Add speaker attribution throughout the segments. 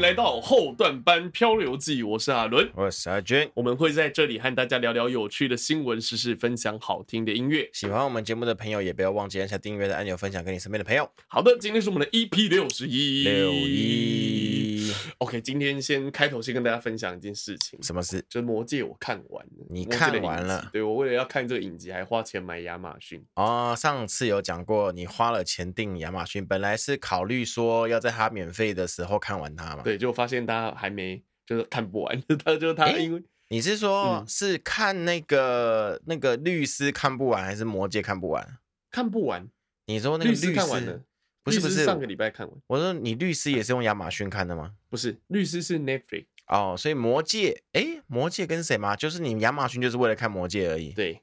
Speaker 1: 来到后段班《漂流记》，我是阿伦。
Speaker 2: 我是阿军。
Speaker 1: 我们会在这里和大家聊聊有趣的新闻时事，分享好听的音乐。
Speaker 2: 喜欢我们节目的朋友，也不要忘记按下订阅的按钮，分享给你身边的朋友。
Speaker 1: 好的，今天是我们的 EP 六十一，
Speaker 2: 六。一，
Speaker 1: OK，今天先开头先跟大家分享一件事情，
Speaker 2: 什么事？
Speaker 1: 就是《魔戒》，我看完了。
Speaker 2: 你
Speaker 1: 魔戒
Speaker 2: 看
Speaker 1: 的影
Speaker 2: 完
Speaker 1: 集
Speaker 2: 了
Speaker 1: 对我为了要看这个影集，还花钱买亚马逊。
Speaker 2: 哦，上次有讲过，你花了钱订亚马逊，本来是考虑说要在它免费的时候看完它嘛。，
Speaker 1: 对，就发现他还没，就是看不完。 他就是他，
Speaker 2: 诶
Speaker 1: 因为
Speaker 2: 你是说
Speaker 1: 嗯
Speaker 2: 是看那个那个律师看不完，还是魔戒看不完？
Speaker 1: 看不完，
Speaker 2: 你说那个
Speaker 1: 律
Speaker 2: 律
Speaker 1: 师看完了，
Speaker 2: 不是
Speaker 1: 律
Speaker 2: 不
Speaker 1: 师
Speaker 2: 是
Speaker 1: 上个礼拜看完，
Speaker 2: 我说你律师也是用亚马逊看的吗？
Speaker 1: 不是律师是 Netflix。
Speaker 2: 哦，所以魔戒，诶，魔戒跟谁吗？就是你亚马逊就是为了看魔戒而已。，
Speaker 1: 对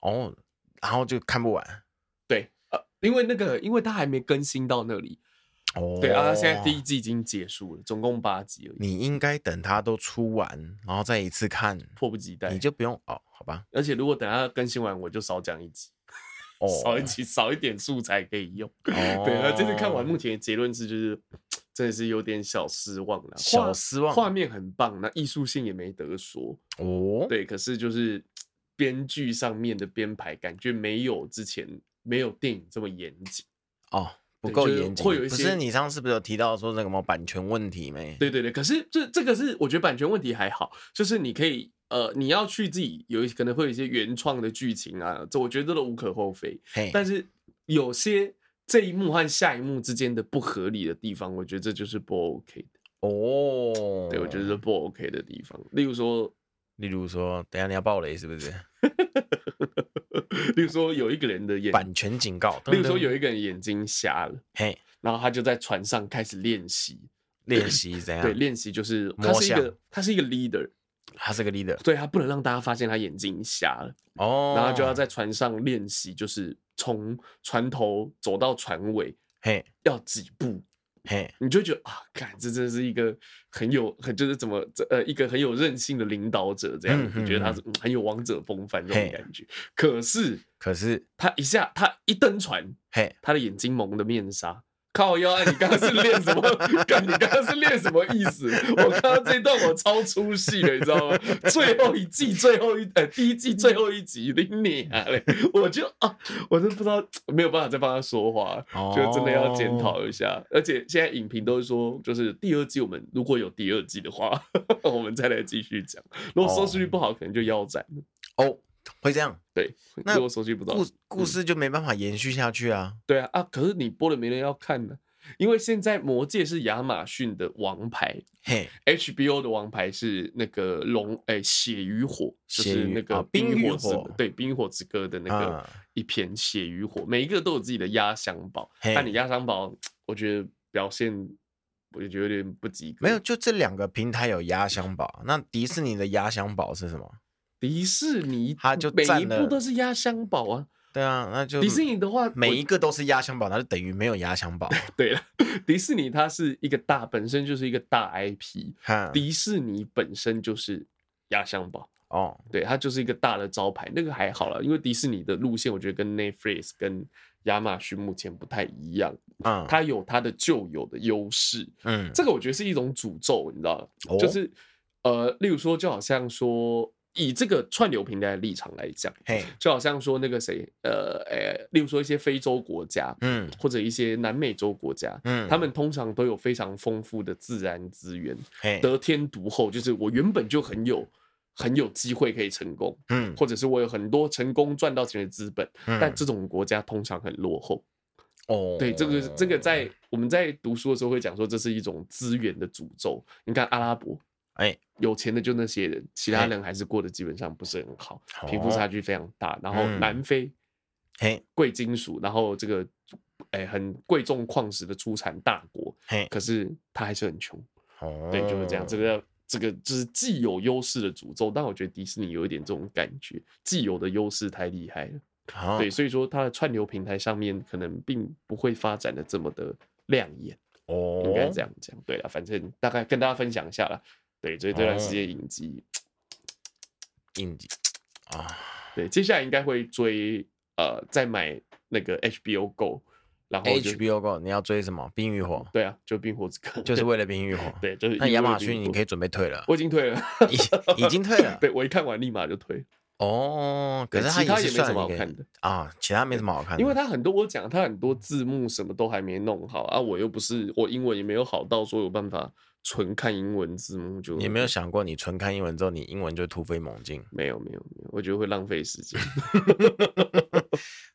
Speaker 2: 哦，然后就看不完。
Speaker 1: 对，呃，因为那个，因为他还没更新到那里。
Speaker 2: 哦，
Speaker 1: 对啊，他现在第一季已经结束了，总共八集而已，
Speaker 2: 你应该等它都出完，然后再一次看，
Speaker 1: 迫不及待。
Speaker 2: 你就不用哦，好吧，
Speaker 1: 而且如果等下更新完，我就少讲一集，
Speaker 2: 哦，
Speaker 1: 少一集，少一点素材可以用。
Speaker 2: 哦
Speaker 1: 对啊，这次看完目前的结论是，就是真的是有点小失望了，
Speaker 2: 小
Speaker 1: 画
Speaker 2: 失望
Speaker 1: 画面很棒，那艺术性也没得说。
Speaker 2: 哦，
Speaker 1: 对，可是就是编剧上面的编排，感觉没有之前没有电影这么严谨。
Speaker 2: 哦，不
Speaker 1: 对
Speaker 2: 够
Speaker 1: 就是
Speaker 2: 严谨，
Speaker 1: 会有一
Speaker 2: 不
Speaker 1: 些
Speaker 2: 是你上次不是有提到说那个什么版权问题没？
Speaker 1: 对对对，可是这这个是我觉得版权问题还好，就是你可以呃，你要去自己有一可能会有一些原创的剧情啊，这我觉得都无可厚非。
Speaker 2: 嘿，
Speaker 1: 但是有些这一幕和下一幕之间的不合理的地方，我觉得这就是不 OK 的。
Speaker 2: 哦，
Speaker 1: 对，我觉得是不 OK 的地方，例如说，
Speaker 2: 例如说，等一下你要爆雷是不是？
Speaker 1: 例如说有一个人的眼，
Speaker 2: 版权警告，
Speaker 1: 例如说
Speaker 2: 噔噔
Speaker 1: 有一个人眼睛瞎了，
Speaker 2: 嘿
Speaker 1: 然后他就在船上开始练习，
Speaker 2: 练习怎样？
Speaker 1: 对，练习就是
Speaker 2: 啊摸
Speaker 1: 他是一
Speaker 2: 象
Speaker 1: 个他是一个 leader，
Speaker 2: 他是个 leader
Speaker 1: 对他不能让大家发现他眼睛瞎了，
Speaker 2: 哦，
Speaker 1: 然后就要在船上练习，就是从船头走到船尾
Speaker 2: 嘿
Speaker 1: 要几步，
Speaker 2: 嘿
Speaker 1: 你就觉得啊，看这真是一个很有很就是怎么这呃一个很有韧性的领导者这样，
Speaker 2: 嗯
Speaker 1: 你觉得他
Speaker 2: 嗯
Speaker 1: 是、嗯很有王者风范这种
Speaker 2: 嘿
Speaker 1: 感觉，可是
Speaker 2: 可是
Speaker 1: 他一下他一登船，
Speaker 2: 嘿
Speaker 1: 他的眼睛蒙着面纱。靠腰啊！你刚刚是练 什么？干你刚刚是练什么意思？我刚刚这一段我超出戏了，你知道吗？最后一季最后一呃第一季最后一集，拎你啊嘞！我就啊，我真不知道，没有办法再帮他说话，就真的要检
Speaker 2: 哦
Speaker 1: 讨一下。而且现在影评都是说，就是第二季我们如果有第二季的话， 我们再来继续讲。如果收视率不好，可能就腰斩了。
Speaker 2: 哦，会这样，
Speaker 1: 对，
Speaker 2: 那
Speaker 1: 如果收视率不好
Speaker 2: 故，故事就没办法延续下去啊。
Speaker 1: 对啊，啊，可是你播了没人要看呢、因为现在《魔戒》是亚马逊的王牌
Speaker 2: 嘿，
Speaker 1: ，HBO 的王牌是那个龙，哎、血与火，就
Speaker 2: 血
Speaker 1: 是
Speaker 2: 与
Speaker 1: 那个
Speaker 2: 啊冰与
Speaker 1: 火之
Speaker 2: 火
Speaker 1: 对，冰与火之歌的那个
Speaker 2: 啊
Speaker 1: 一篇血与火，每一个都有自己的压箱宝。
Speaker 2: 嘿
Speaker 1: 但你压箱宝，我觉得表现，我就觉得有点不及格。
Speaker 2: 没有，，就这两个平台有压箱宝。那迪士尼的压箱宝是什么？
Speaker 1: 迪士尼
Speaker 2: 它就
Speaker 1: 每
Speaker 2: 占
Speaker 1: 一部
Speaker 2: 了
Speaker 1: 都是压箱宝啊。
Speaker 2: 对啊，那就
Speaker 1: 迪士尼的话，
Speaker 2: 每
Speaker 1: 我
Speaker 2: 一个都是压箱宝，那就等于没有压箱宝。
Speaker 1: 对了， 迪士尼它是一个大，本身就是一个大 IP。
Speaker 2: 哈，
Speaker 1: 迪士尼本身就是压箱宝，
Speaker 2: 哦，
Speaker 1: 对，它就是一个大的招牌。那个还好了，因为迪士尼的路线我觉得跟 Netflix 跟亚马逊目前不太一样，
Speaker 2: 嗯，
Speaker 1: 它有它的旧有的优势。
Speaker 2: 嗯，
Speaker 1: 这个我觉得是一种诅咒，你知道吗？
Speaker 2: 哦
Speaker 1: 就是呃，例如说，就好像说以这个串流平台的立场来讲，
Speaker 2: 嘿，
Speaker 1: 就好像说那个谁，呃，呃，例如说一些非洲国家，
Speaker 2: 嗯
Speaker 1: 或者一些南美洲国家，
Speaker 2: 嗯，
Speaker 1: 他们通常都有非常丰富的自然资源。
Speaker 2: 嘿，
Speaker 1: 得天独厚，就是我原本就很有很有机会可以成功，
Speaker 2: 嗯，
Speaker 1: 或者是我有很多成功赚到钱的资本，
Speaker 2: 嗯
Speaker 1: 但这种国家通常很落后。
Speaker 2: 哦，
Speaker 1: 对，这个这个在我们在读书的时候会讲说，这是一种资源的诅咒。你看阿拉伯。
Speaker 2: 哎，
Speaker 1: 有钱的就那些人，其他
Speaker 2: 哎
Speaker 1: 人还是过得基本上不是很好，
Speaker 2: 哦
Speaker 1: 贫富差距非常大。然后
Speaker 2: 嗯
Speaker 1: 南非
Speaker 2: 嘿
Speaker 1: 贵金属，然后这个哎、很贵重矿石的出产大国，
Speaker 2: 嘿，
Speaker 1: 可是他还是很穷。
Speaker 2: 哦，
Speaker 1: 对，就是这样。这个这个就是既有优势的诅咒，但我觉得迪士尼有一点这种感觉，既有的优势太厉害了。
Speaker 2: 好，
Speaker 1: 对，所以说它的串流平台上面可能并不会发展的这么的亮眼，
Speaker 2: 哦，
Speaker 1: 应该这样讲。对了，反正大概跟大家分享一下啦。对，所以这段时
Speaker 2: 哦
Speaker 1: 间影集，
Speaker 2: 印记啊，
Speaker 1: 对，接下来应该会追呃，再买那个 HBO Go。然后就
Speaker 2: HBO Go 你要追什么？《冰与火
Speaker 1: 对啊，就冰火之歌，》
Speaker 2: 就是为了《冰与火》。
Speaker 1: 对，就是
Speaker 2: 那
Speaker 1: 因
Speaker 2: 亚
Speaker 1: 为
Speaker 2: 马
Speaker 1: 冰
Speaker 2: 逊
Speaker 1: 火
Speaker 2: 你可以准备退了，
Speaker 1: 我已经退了，。
Speaker 2: 已已经退了
Speaker 1: 对我一看完立马就退，
Speaker 2: 哦，可
Speaker 1: 对
Speaker 2: 是它
Speaker 1: 哎其他
Speaker 2: 是
Speaker 1: 也没
Speaker 2: 算
Speaker 1: 什么
Speaker 2: 一
Speaker 1: 好
Speaker 2: 个
Speaker 1: 看的。
Speaker 2: 啊，其他没什么好看的，
Speaker 1: 因为它很多我讲它很多字幕什么都还没弄好啊，我又不是我英文也没有好到说有办法纯看英文字幕就
Speaker 2: 你有没有想过，你纯看英文之后，你英文就突飞猛进
Speaker 1: 没有没有没有，我觉得会浪费时间。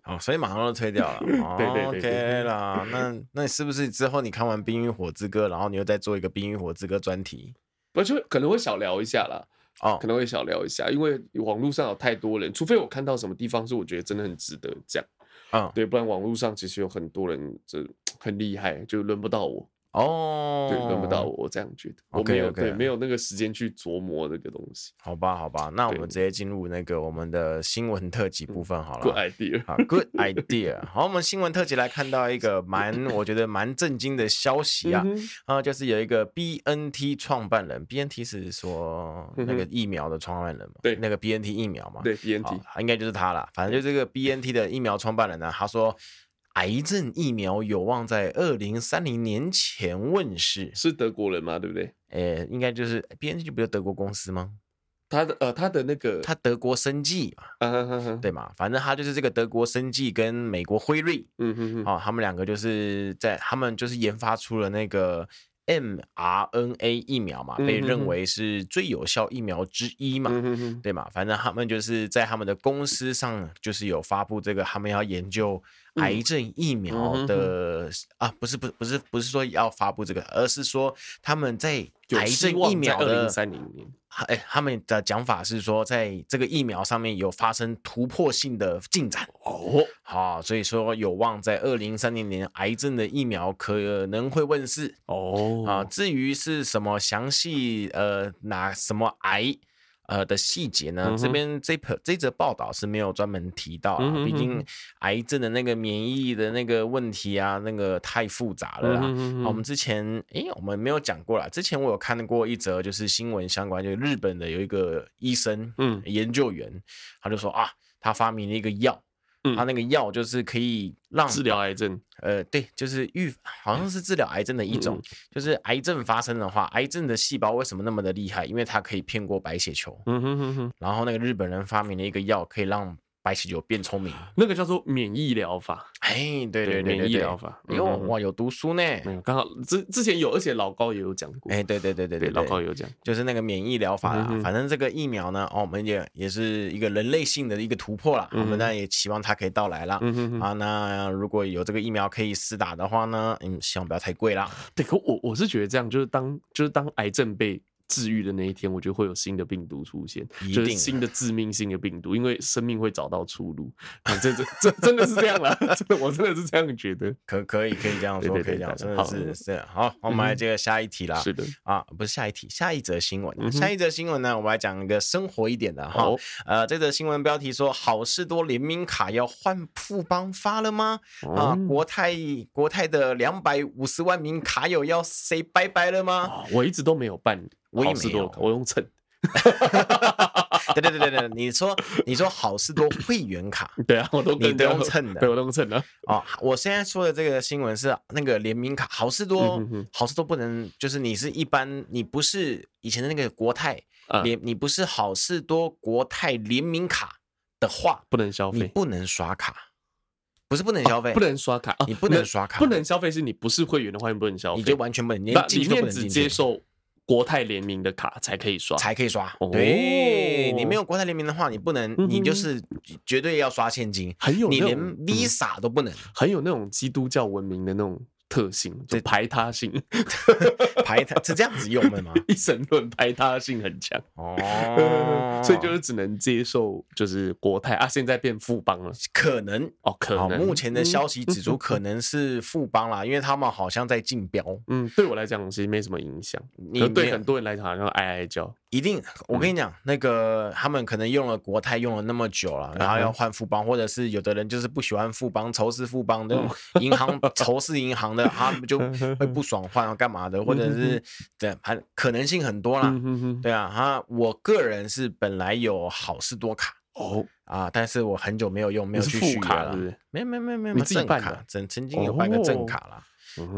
Speaker 2: 哦，所以马上就退掉了。
Speaker 1: 对对对
Speaker 2: o
Speaker 1: 对对
Speaker 2: k 啦， 那那你是不是之后你看完《冰与火之歌》，然后你又再做一个《冰与火之歌》专题？
Speaker 1: 不就可能会小聊一下啦，
Speaker 2: 哦
Speaker 1: 可，能会小聊一下，因为网络上有太多人，除非我看到什么地方是我觉得真的很值得讲，
Speaker 2: 嗯，
Speaker 1: 对，不然网络上其实有很多人这很厉害，就轮不到我，
Speaker 2: 哦，
Speaker 1: 对，轮不到我，我这样觉得，我
Speaker 2: OK，
Speaker 1: 没有
Speaker 2: OK 嗯
Speaker 1: 对没有那个时间去琢磨这个东西
Speaker 2: 好吧，好吧，那我们
Speaker 1: 对嗯
Speaker 2: 直接进入那个我们的新闻特辑部分好
Speaker 1: ，good
Speaker 2: 了。
Speaker 1: idea，
Speaker 2: 好，Good idea。好，我们新闻特辑来看到一个蛮，我觉得蛮震惊的消息啊
Speaker 1: 嗯，哼
Speaker 2: 啊、就是有一个 BNT 创办人，BNT 是说那个
Speaker 1: 嗯哼
Speaker 2: 疫苗的创办人嘛，
Speaker 1: 对
Speaker 2: 那个 BNT 疫苗嘛，哦
Speaker 1: 对 BNT，
Speaker 2: 好应该就是他啦。反正就这个 BNT 的疫苗创办人呢，他说，癌症疫苗有望在二零三零年前问世。
Speaker 1: 是德国人嘛，对不对？
Speaker 2: 诶，应该就是 BNT 不是德国公司吗？
Speaker 1: 他的呃，他的那个，
Speaker 2: 它德国生技嘛，
Speaker 1: 啊哈哈哈，
Speaker 2: 对嘛？反正它就是这个德国生技跟美国辉瑞，
Speaker 1: 嗯哼哼，
Speaker 2: 哦，他们两个就是在他们就是研发出了那个 mRNA 疫苗嘛，
Speaker 1: 嗯
Speaker 2: 被
Speaker 1: 哼
Speaker 2: 认
Speaker 1: 哼
Speaker 2: 为是最有效疫苗之一嘛。
Speaker 1: 嗯哼哼，
Speaker 2: 对嘛？反正他们就是在他们的公司上，就是有发布这个，他们要研究
Speaker 1: 嗯
Speaker 2: 癌症疫苗的、啊，不是不是不是不是说要发布这个，而是说他们在癌症疫苗
Speaker 1: 二
Speaker 2: 的
Speaker 1: 零三零年，
Speaker 2: 哎，他们的讲法是说，在这个疫苗上面有发生突破性的进展，
Speaker 1: 哦，
Speaker 2: 好、所以说有望在二零三零年癌症的疫苗可能会问世
Speaker 1: 哦
Speaker 2: 啊、至于是什么详细呃哪什么癌呃的细节呢？
Speaker 1: 嗯
Speaker 2: 这
Speaker 1: 哼
Speaker 2: 边这篇这则报道是没有专门提到
Speaker 1: 嗯
Speaker 2: 啊，
Speaker 1: 哼
Speaker 2: 毕
Speaker 1: 哼
Speaker 2: 竟
Speaker 1: 哼
Speaker 2: 癌症的那个免疫的那个问题啊，那个太复杂了啦。
Speaker 1: 嗯
Speaker 2: 啊我们之前诶，我们没有讲过啦。之前我有看过一则就是新闻相关，就是日本的有一个医生
Speaker 1: 嗯
Speaker 2: 研究员，他就说啊，他发明了一个药，
Speaker 1: 嗯
Speaker 2: 他那个药就是可以让
Speaker 1: 治疗癌症，
Speaker 2: 呃，对，就是预好像是治疗癌症的一种，
Speaker 1: 嗯嗯
Speaker 2: 就是癌症发生的话，癌症的细胞为什么那么的厉害？因为它可以骗过白血球。
Speaker 1: 嗯哼哼哼，
Speaker 2: 然后那个日本人发明了一个药，可以让白血球变聪明。
Speaker 1: 那个叫做免疫疗法，
Speaker 2: 哎，对对对对
Speaker 1: 啊免疫
Speaker 2: 对
Speaker 1: 疗法，
Speaker 2: 哎呦
Speaker 1: 嗯哼哼
Speaker 2: 哇，有读书呢。
Speaker 1: 没有，刚好之之前有，而且老高也有讲过，
Speaker 2: 哎，对对对对
Speaker 1: 对，老高
Speaker 2: 对，
Speaker 1: 也有讲，
Speaker 2: 就是那个免疫疗法啦。啊
Speaker 1: 嗯哼
Speaker 2: 反正这个疫苗呢，哦，我们也也是一个人类性的一个突破啦。我
Speaker 1: 嗯
Speaker 2: 们
Speaker 1: 哼
Speaker 2: 那也期望它可以到来啦。
Speaker 1: 嗯哼哼，
Speaker 2: 啊，那如果有这个疫苗可以施打的话呢，嗯，希望不要太贵啦。
Speaker 1: 对，可我我是觉得这样，就是当就是当癌症被。治愈的那一天，我觉得会有新的病毒出现，
Speaker 2: 一
Speaker 1: 就是
Speaker 2: 定
Speaker 1: 新的致命性的病毒，因为生命会找到出路。啊、这这这真的是这样啦， 真的，我真的是这样觉得。
Speaker 2: 可可以可以这样
Speaker 1: 对
Speaker 2: 说，
Speaker 1: 对
Speaker 2: 可以
Speaker 1: 对
Speaker 2: 这样，
Speaker 1: 大
Speaker 2: 真
Speaker 1: 家
Speaker 2: 的
Speaker 1: 好嗯
Speaker 2: 是是好，我们来接着下一题啦。
Speaker 1: 是的，
Speaker 2: 啊，不是下一题，下一则新闻啊。
Speaker 1: 嗯哼哦
Speaker 2: 下一则新闻呢，我们来讲一个生活一点的哈。
Speaker 1: 好
Speaker 2: 呃，这则新闻标题说：好事多联名卡要换富邦发了吗？啊，
Speaker 1: 哦
Speaker 2: 国泰国泰的两百五十万名卡友要 say 拜拜了吗？
Speaker 1: 啊，我一直都没有办，
Speaker 2: 我也
Speaker 1: 好事
Speaker 2: 没
Speaker 1: 多
Speaker 2: 有
Speaker 1: 卡我用蹭，
Speaker 2: 对对对对对，你说你说好事多会员卡。
Speaker 1: 对啊，我都
Speaker 2: 你
Speaker 1: 跟
Speaker 2: 都
Speaker 1: 着
Speaker 2: 用蹭的
Speaker 1: 对，我都用蹭的，
Speaker 2: 哦，我现在说的这个新闻是那个联名卡，好事
Speaker 1: 嗯
Speaker 2: 多，哦
Speaker 1: 哼哼
Speaker 2: 好事多不能，就是你是一般，你不是以前的那个国泰
Speaker 1: 啊，
Speaker 2: 联，你不是好事多国泰联名卡的话，
Speaker 1: 不能消
Speaker 2: 你
Speaker 1: 费，哦
Speaker 2: 不能刷卡，不是不能消费，
Speaker 1: 不能刷卡，啊
Speaker 2: 你不能刷卡
Speaker 1: 不能消费是你不是会员的话，你不能消费，
Speaker 2: 你就完全不能，
Speaker 1: 那
Speaker 2: 连进
Speaker 1: 里
Speaker 2: 去都不
Speaker 1: 面
Speaker 2: 能
Speaker 1: 只
Speaker 2: 进
Speaker 1: 接
Speaker 2: 去。
Speaker 1: 受国泰联名的卡才可以刷，
Speaker 2: 才可以刷，
Speaker 1: 哦嗯
Speaker 2: 对你没有国泰联名的话，你不能，
Speaker 1: 哼
Speaker 2: 你就是绝对要刷现金，
Speaker 1: 很有
Speaker 2: 你
Speaker 1: 那
Speaker 2: 连
Speaker 1: 种嗯
Speaker 2: Visa 都不能
Speaker 1: 很有那种基督教文明的那种特性，就排他性，
Speaker 2: 排它，是这样子用的吗？
Speaker 1: 一神论排他性很强，，
Speaker 2: 哦
Speaker 1: 所以就是只能接受就是国泰啊，现在变富邦了，
Speaker 2: 可能
Speaker 1: 哦，可
Speaker 2: 好，
Speaker 1: 能
Speaker 2: 目前的消
Speaker 1: 息。
Speaker 2: 息指出可能是富邦啦，因为他们好像在竞标。
Speaker 1: 嗯，对我来讲其实没什么影响，
Speaker 2: 你
Speaker 1: 可
Speaker 2: 没
Speaker 1: 对
Speaker 2: 有
Speaker 1: 很多嗯人来讲好像哀哀叫。
Speaker 2: 一定，我跟你讲，那个他们可能用了国泰用了那么久了，然后
Speaker 1: 嗯
Speaker 2: 要换富邦，或者是有的人就是不喜欢富邦，仇视富邦的
Speaker 1: 嗯
Speaker 2: 银行，仇视银行的，他们就会不爽换啊干嘛的，
Speaker 1: 嗯
Speaker 2: 或者是对，还可能性很多啦。
Speaker 1: 嗯哼哼，
Speaker 2: 对啊，他我个人是本来有好事多卡
Speaker 1: 哦，
Speaker 2: 啊，但是我很久没有用，没有
Speaker 1: 你是
Speaker 2: 去
Speaker 1: 副
Speaker 2: 续约
Speaker 1: 卡
Speaker 2: 了
Speaker 1: 是不是，
Speaker 2: 没有没有没有没有
Speaker 1: 你自己
Speaker 2: 正
Speaker 1: 办
Speaker 2: 卡
Speaker 1: 的哦
Speaker 2: 曾曾经有办个正卡啦，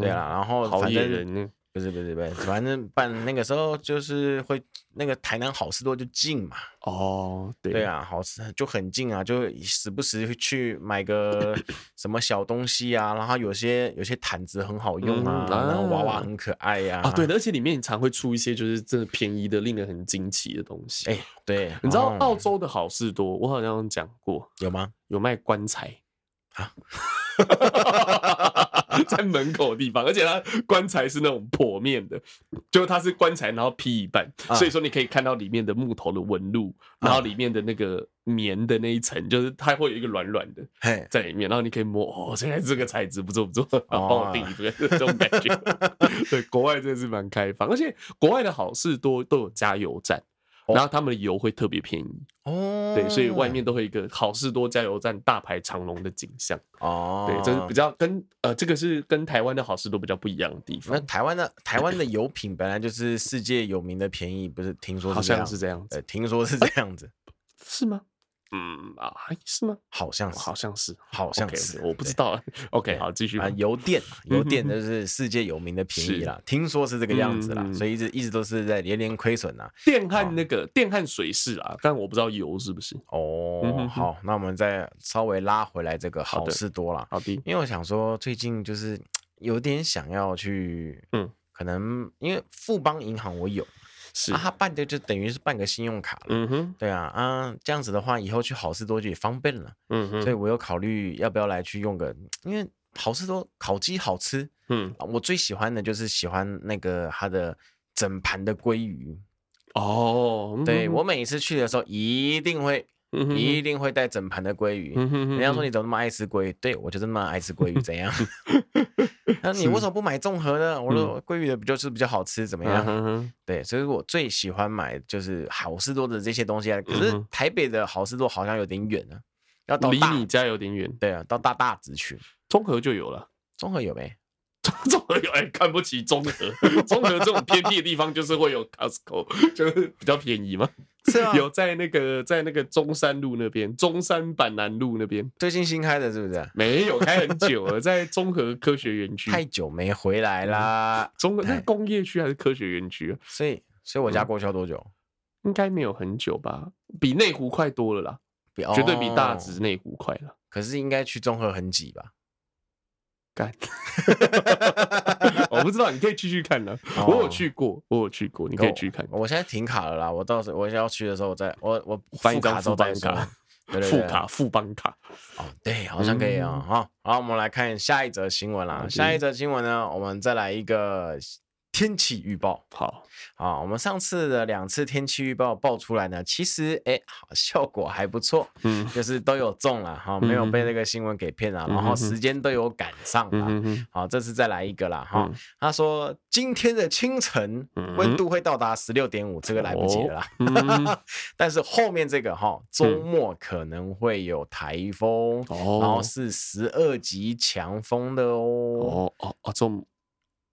Speaker 2: 对啦，然后
Speaker 1: 嗯好
Speaker 2: 反
Speaker 1: 野
Speaker 2: 正
Speaker 1: 人呢，
Speaker 2: 不是不是不是，反正办那个时候就是会那个台南好事多就近嘛，
Speaker 1: 哦，对
Speaker 2: 对，啊，好吃就很近啊，就时不时会去 买个什么小东西啊，然后有些有些毯子很好用啊，
Speaker 1: 嗯
Speaker 2: 然后娃
Speaker 1: 啊
Speaker 2: 娃很可爱呀、
Speaker 1: 啊对的，而且里面常会出一些就是真的便宜的，令人很惊奇的东西。
Speaker 2: 哎、对，
Speaker 1: 你知道
Speaker 2: 然后
Speaker 1: 澳洲的好事多，我好像讲过，
Speaker 2: 有吗？
Speaker 1: 有卖棺材
Speaker 2: 啊，
Speaker 1: 在门口的地方，而且它棺材是那种剖面的，就它是棺材，然后劈一半，
Speaker 2: 啊
Speaker 1: 所以说你可以看到里面的木头的纹路，
Speaker 2: 啊
Speaker 1: 然后里面的那个棉的那一层，就是它会有一个软软的
Speaker 2: 嘿，
Speaker 1: 在里面，然后你可以摸，哦，现在这个材质不错不错，然后帮我订一
Speaker 2: 哦
Speaker 1: 个这种感觉。 对，国外真的是蛮开放，而且国外的好事多都有加油站。
Speaker 2: 哦
Speaker 1: 然后他们的油会特别便宜，
Speaker 2: 哦，
Speaker 1: 对，所以外面都会有一个好事多加油站大排长龙的景象。
Speaker 2: 哦，
Speaker 1: 对，这是比较跟呃，这个是跟台湾的好事多比较不一样的地
Speaker 2: 那
Speaker 1: 方，
Speaker 2: 台湾的台湾的油品本来就是世界有名的便宜，不是？听说
Speaker 1: 好
Speaker 2: 是这
Speaker 1: 像
Speaker 2: 样
Speaker 1: 是，这样子，
Speaker 2: 呃，听说是这样子，
Speaker 1: 是吗？嗯啊，是吗？
Speaker 2: 好像是，
Speaker 1: 哦好像是，
Speaker 2: 好像
Speaker 1: OK，
Speaker 2: 是
Speaker 1: OK，我不
Speaker 2: 对
Speaker 1: 知道啊。OK，
Speaker 2: 对
Speaker 1: 好，继续吧
Speaker 2: 啊，邮电嘛，邮电
Speaker 1: 嗯哼
Speaker 2: 就是世界有名的便宜
Speaker 1: 是
Speaker 2: 啦，听说是这个样子啦，
Speaker 1: 嗯
Speaker 2: 所以一直一直都是在连连亏损呐。啊
Speaker 1: 电焊那个电焊水是啦，但我不知道油是不是。嗯
Speaker 2: 哦
Speaker 1: 哼，
Speaker 2: 好，那我们再稍微拉回来这个
Speaker 1: 好
Speaker 2: 好
Speaker 1: 的
Speaker 2: 事多啦，
Speaker 1: 好的，
Speaker 2: 因为我想说最近就是有点想要去，
Speaker 1: 嗯，
Speaker 2: 可能因为富邦银行我有，
Speaker 1: 是
Speaker 2: 啊，，它办的就等于是办个信用卡了。
Speaker 1: 嗯哼，
Speaker 2: 对啊，啊，这样子的话，以后去好事多就也方便了，
Speaker 1: 嗯
Speaker 2: 所以
Speaker 1: 哼，
Speaker 2: 我有考虑要不要来去用个，因为好事多烤鸡好吃，
Speaker 1: 嗯，
Speaker 2: 啊我最喜欢的就是喜欢那个它的整盘的鲑鱼。
Speaker 1: 哦，嗯
Speaker 2: 对
Speaker 1: 哼，
Speaker 2: 我每一次去的时候，一定会
Speaker 1: 嗯哼
Speaker 2: 一定会带整盘的鲑鱼。
Speaker 1: 嗯哼，
Speaker 2: 人家说你怎么那么爱吃鲑鱼？对我就是那么爱吃鲑鱼，怎样？ 那你为什么不买综合呢？我说鲑鱼的不就是比较好吃，怎么
Speaker 1: 嗯
Speaker 2: 样？
Speaker 1: 哼哼
Speaker 2: 对，所以我最喜欢买就是好事多的这些东西啊。可
Speaker 1: 嗯
Speaker 2: 是
Speaker 1: 哼
Speaker 2: 台北的好事多好像有点远啊，要到
Speaker 1: 离
Speaker 2: 大
Speaker 1: 你家有点远，
Speaker 2: 对啊，到大大直去。
Speaker 1: 综合就有了。
Speaker 2: 综合有没？
Speaker 1: 综合有哎、看不起综合，综合这种偏僻的地方就是会有 Costco，就是比较便宜嘛。
Speaker 2: 是 啊，
Speaker 1: 有在那个在那个中山路那边，中山板南路那边
Speaker 2: 最近新开的，是不是？
Speaker 1: 没有开很久了，在综合科学园区。
Speaker 2: 太久没回来啦，
Speaker 1: 综合
Speaker 2: 太
Speaker 1: 那工业区还是科学园区啊？
Speaker 2: 所以所以我
Speaker 1: 嗯
Speaker 2: 家过去要多久？
Speaker 1: 应该没有很久吧，比内湖快多了啦，
Speaker 2: 比
Speaker 1: 绝对比大。
Speaker 2: 哦
Speaker 1: 直内湖快了。
Speaker 2: 可是应该去综合很挤吧？
Speaker 1: 干， 我不知道，你可以继续看的。
Speaker 2: 哦
Speaker 1: 我有去过，我有去过，你可以
Speaker 2: 我
Speaker 1: 去看。
Speaker 2: 我现在停卡了啦，我到时候我要去的时候，我再我我
Speaker 1: 翻一
Speaker 2: 副
Speaker 1: 张
Speaker 2: 卡的时
Speaker 1: 副
Speaker 2: 候再
Speaker 1: 班
Speaker 2: 说
Speaker 1: 卡。，
Speaker 2: 对对
Speaker 1: 副
Speaker 2: 对
Speaker 1: 卡副帮卡。
Speaker 2: 哦，对，好像可以啊、好，好，我们来看下一则新闻啦
Speaker 1: 好。的
Speaker 2: 下一则新闻呢，我们再来一个天气预报
Speaker 1: 好，
Speaker 2: 啊。我们上次的两次天气预报报出来呢，其实哎，好 效果还不错，
Speaker 1: 嗯
Speaker 2: 就是都有中了哈，没有被这个新闻给骗啊，
Speaker 1: 嗯
Speaker 2: 然
Speaker 1: 哼
Speaker 2: 后
Speaker 1: 哼
Speaker 2: 时间都有赶上
Speaker 1: 嗯
Speaker 2: 了。
Speaker 1: 哼哼
Speaker 2: 好，这次再来一个啦哈
Speaker 1: 嗯。
Speaker 2: 他说今天的清晨
Speaker 1: 嗯
Speaker 2: 温度会到达十六点五，这个来不及了啦。
Speaker 1: 嗯
Speaker 2: 但是后面这个哈，周末可能会有台风，
Speaker 1: 哦
Speaker 2: 然后是十二级强风的哦。
Speaker 1: 哦哦哦，周末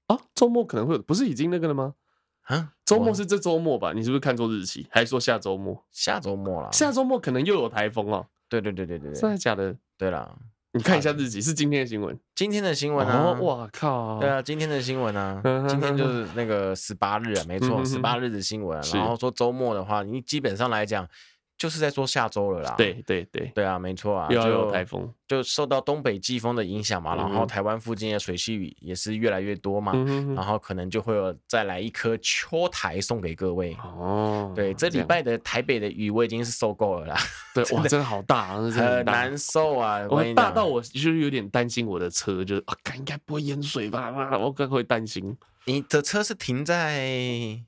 Speaker 1: 啊，周末可能会有，不是已经那个了吗？
Speaker 2: 啊，
Speaker 1: 周末
Speaker 2: 我
Speaker 1: 是这周末吧？你是不是看错日期？还是说下周末？
Speaker 2: 下周末了。
Speaker 1: 下周末可能又有台风哦，
Speaker 2: 对对对啊对对
Speaker 1: 真
Speaker 2: 对
Speaker 1: 的假的？
Speaker 2: 对了，
Speaker 1: 你看一下日期，是今天的新闻。
Speaker 2: 今天的新闻啊
Speaker 1: 哦，，哇靠！
Speaker 2: 对啊，今天的新 闻啊
Speaker 1: 嗯，哼
Speaker 2: 今天就
Speaker 1: 哼
Speaker 2: 是那个十八日啊，没错，
Speaker 1: 嗯
Speaker 2: 十
Speaker 1: 哼
Speaker 2: 八日的新闻啊。
Speaker 1: 是
Speaker 2: 然后说周末的话，你基本上来讲就是在说下周了啦。
Speaker 1: 对对对，
Speaker 2: 对啊，没错啊，
Speaker 1: 又要有
Speaker 2: 就
Speaker 1: 台风。
Speaker 2: 就受到东北季风的影响嘛，然后
Speaker 1: 嗯
Speaker 2: 台湾附近的水系也是越来越多嘛，
Speaker 1: 嗯哼
Speaker 2: 然
Speaker 1: 哼
Speaker 2: 后可能就会有再来一颗秋台送给各位。
Speaker 1: 哦，
Speaker 2: 对，这礼
Speaker 1: 样
Speaker 2: 拜的台北的雨我已经是受够了啦，
Speaker 1: 对哇，真的好大啊，那真的
Speaker 2: 很
Speaker 1: 很大
Speaker 2: 难受啊！我
Speaker 1: 我
Speaker 2: 跟你
Speaker 1: 大
Speaker 2: 讲
Speaker 1: 到我就是有点担心我的车，就是啊，干应该不会淹水吧？妈的我更会担心。
Speaker 2: 你的车是停在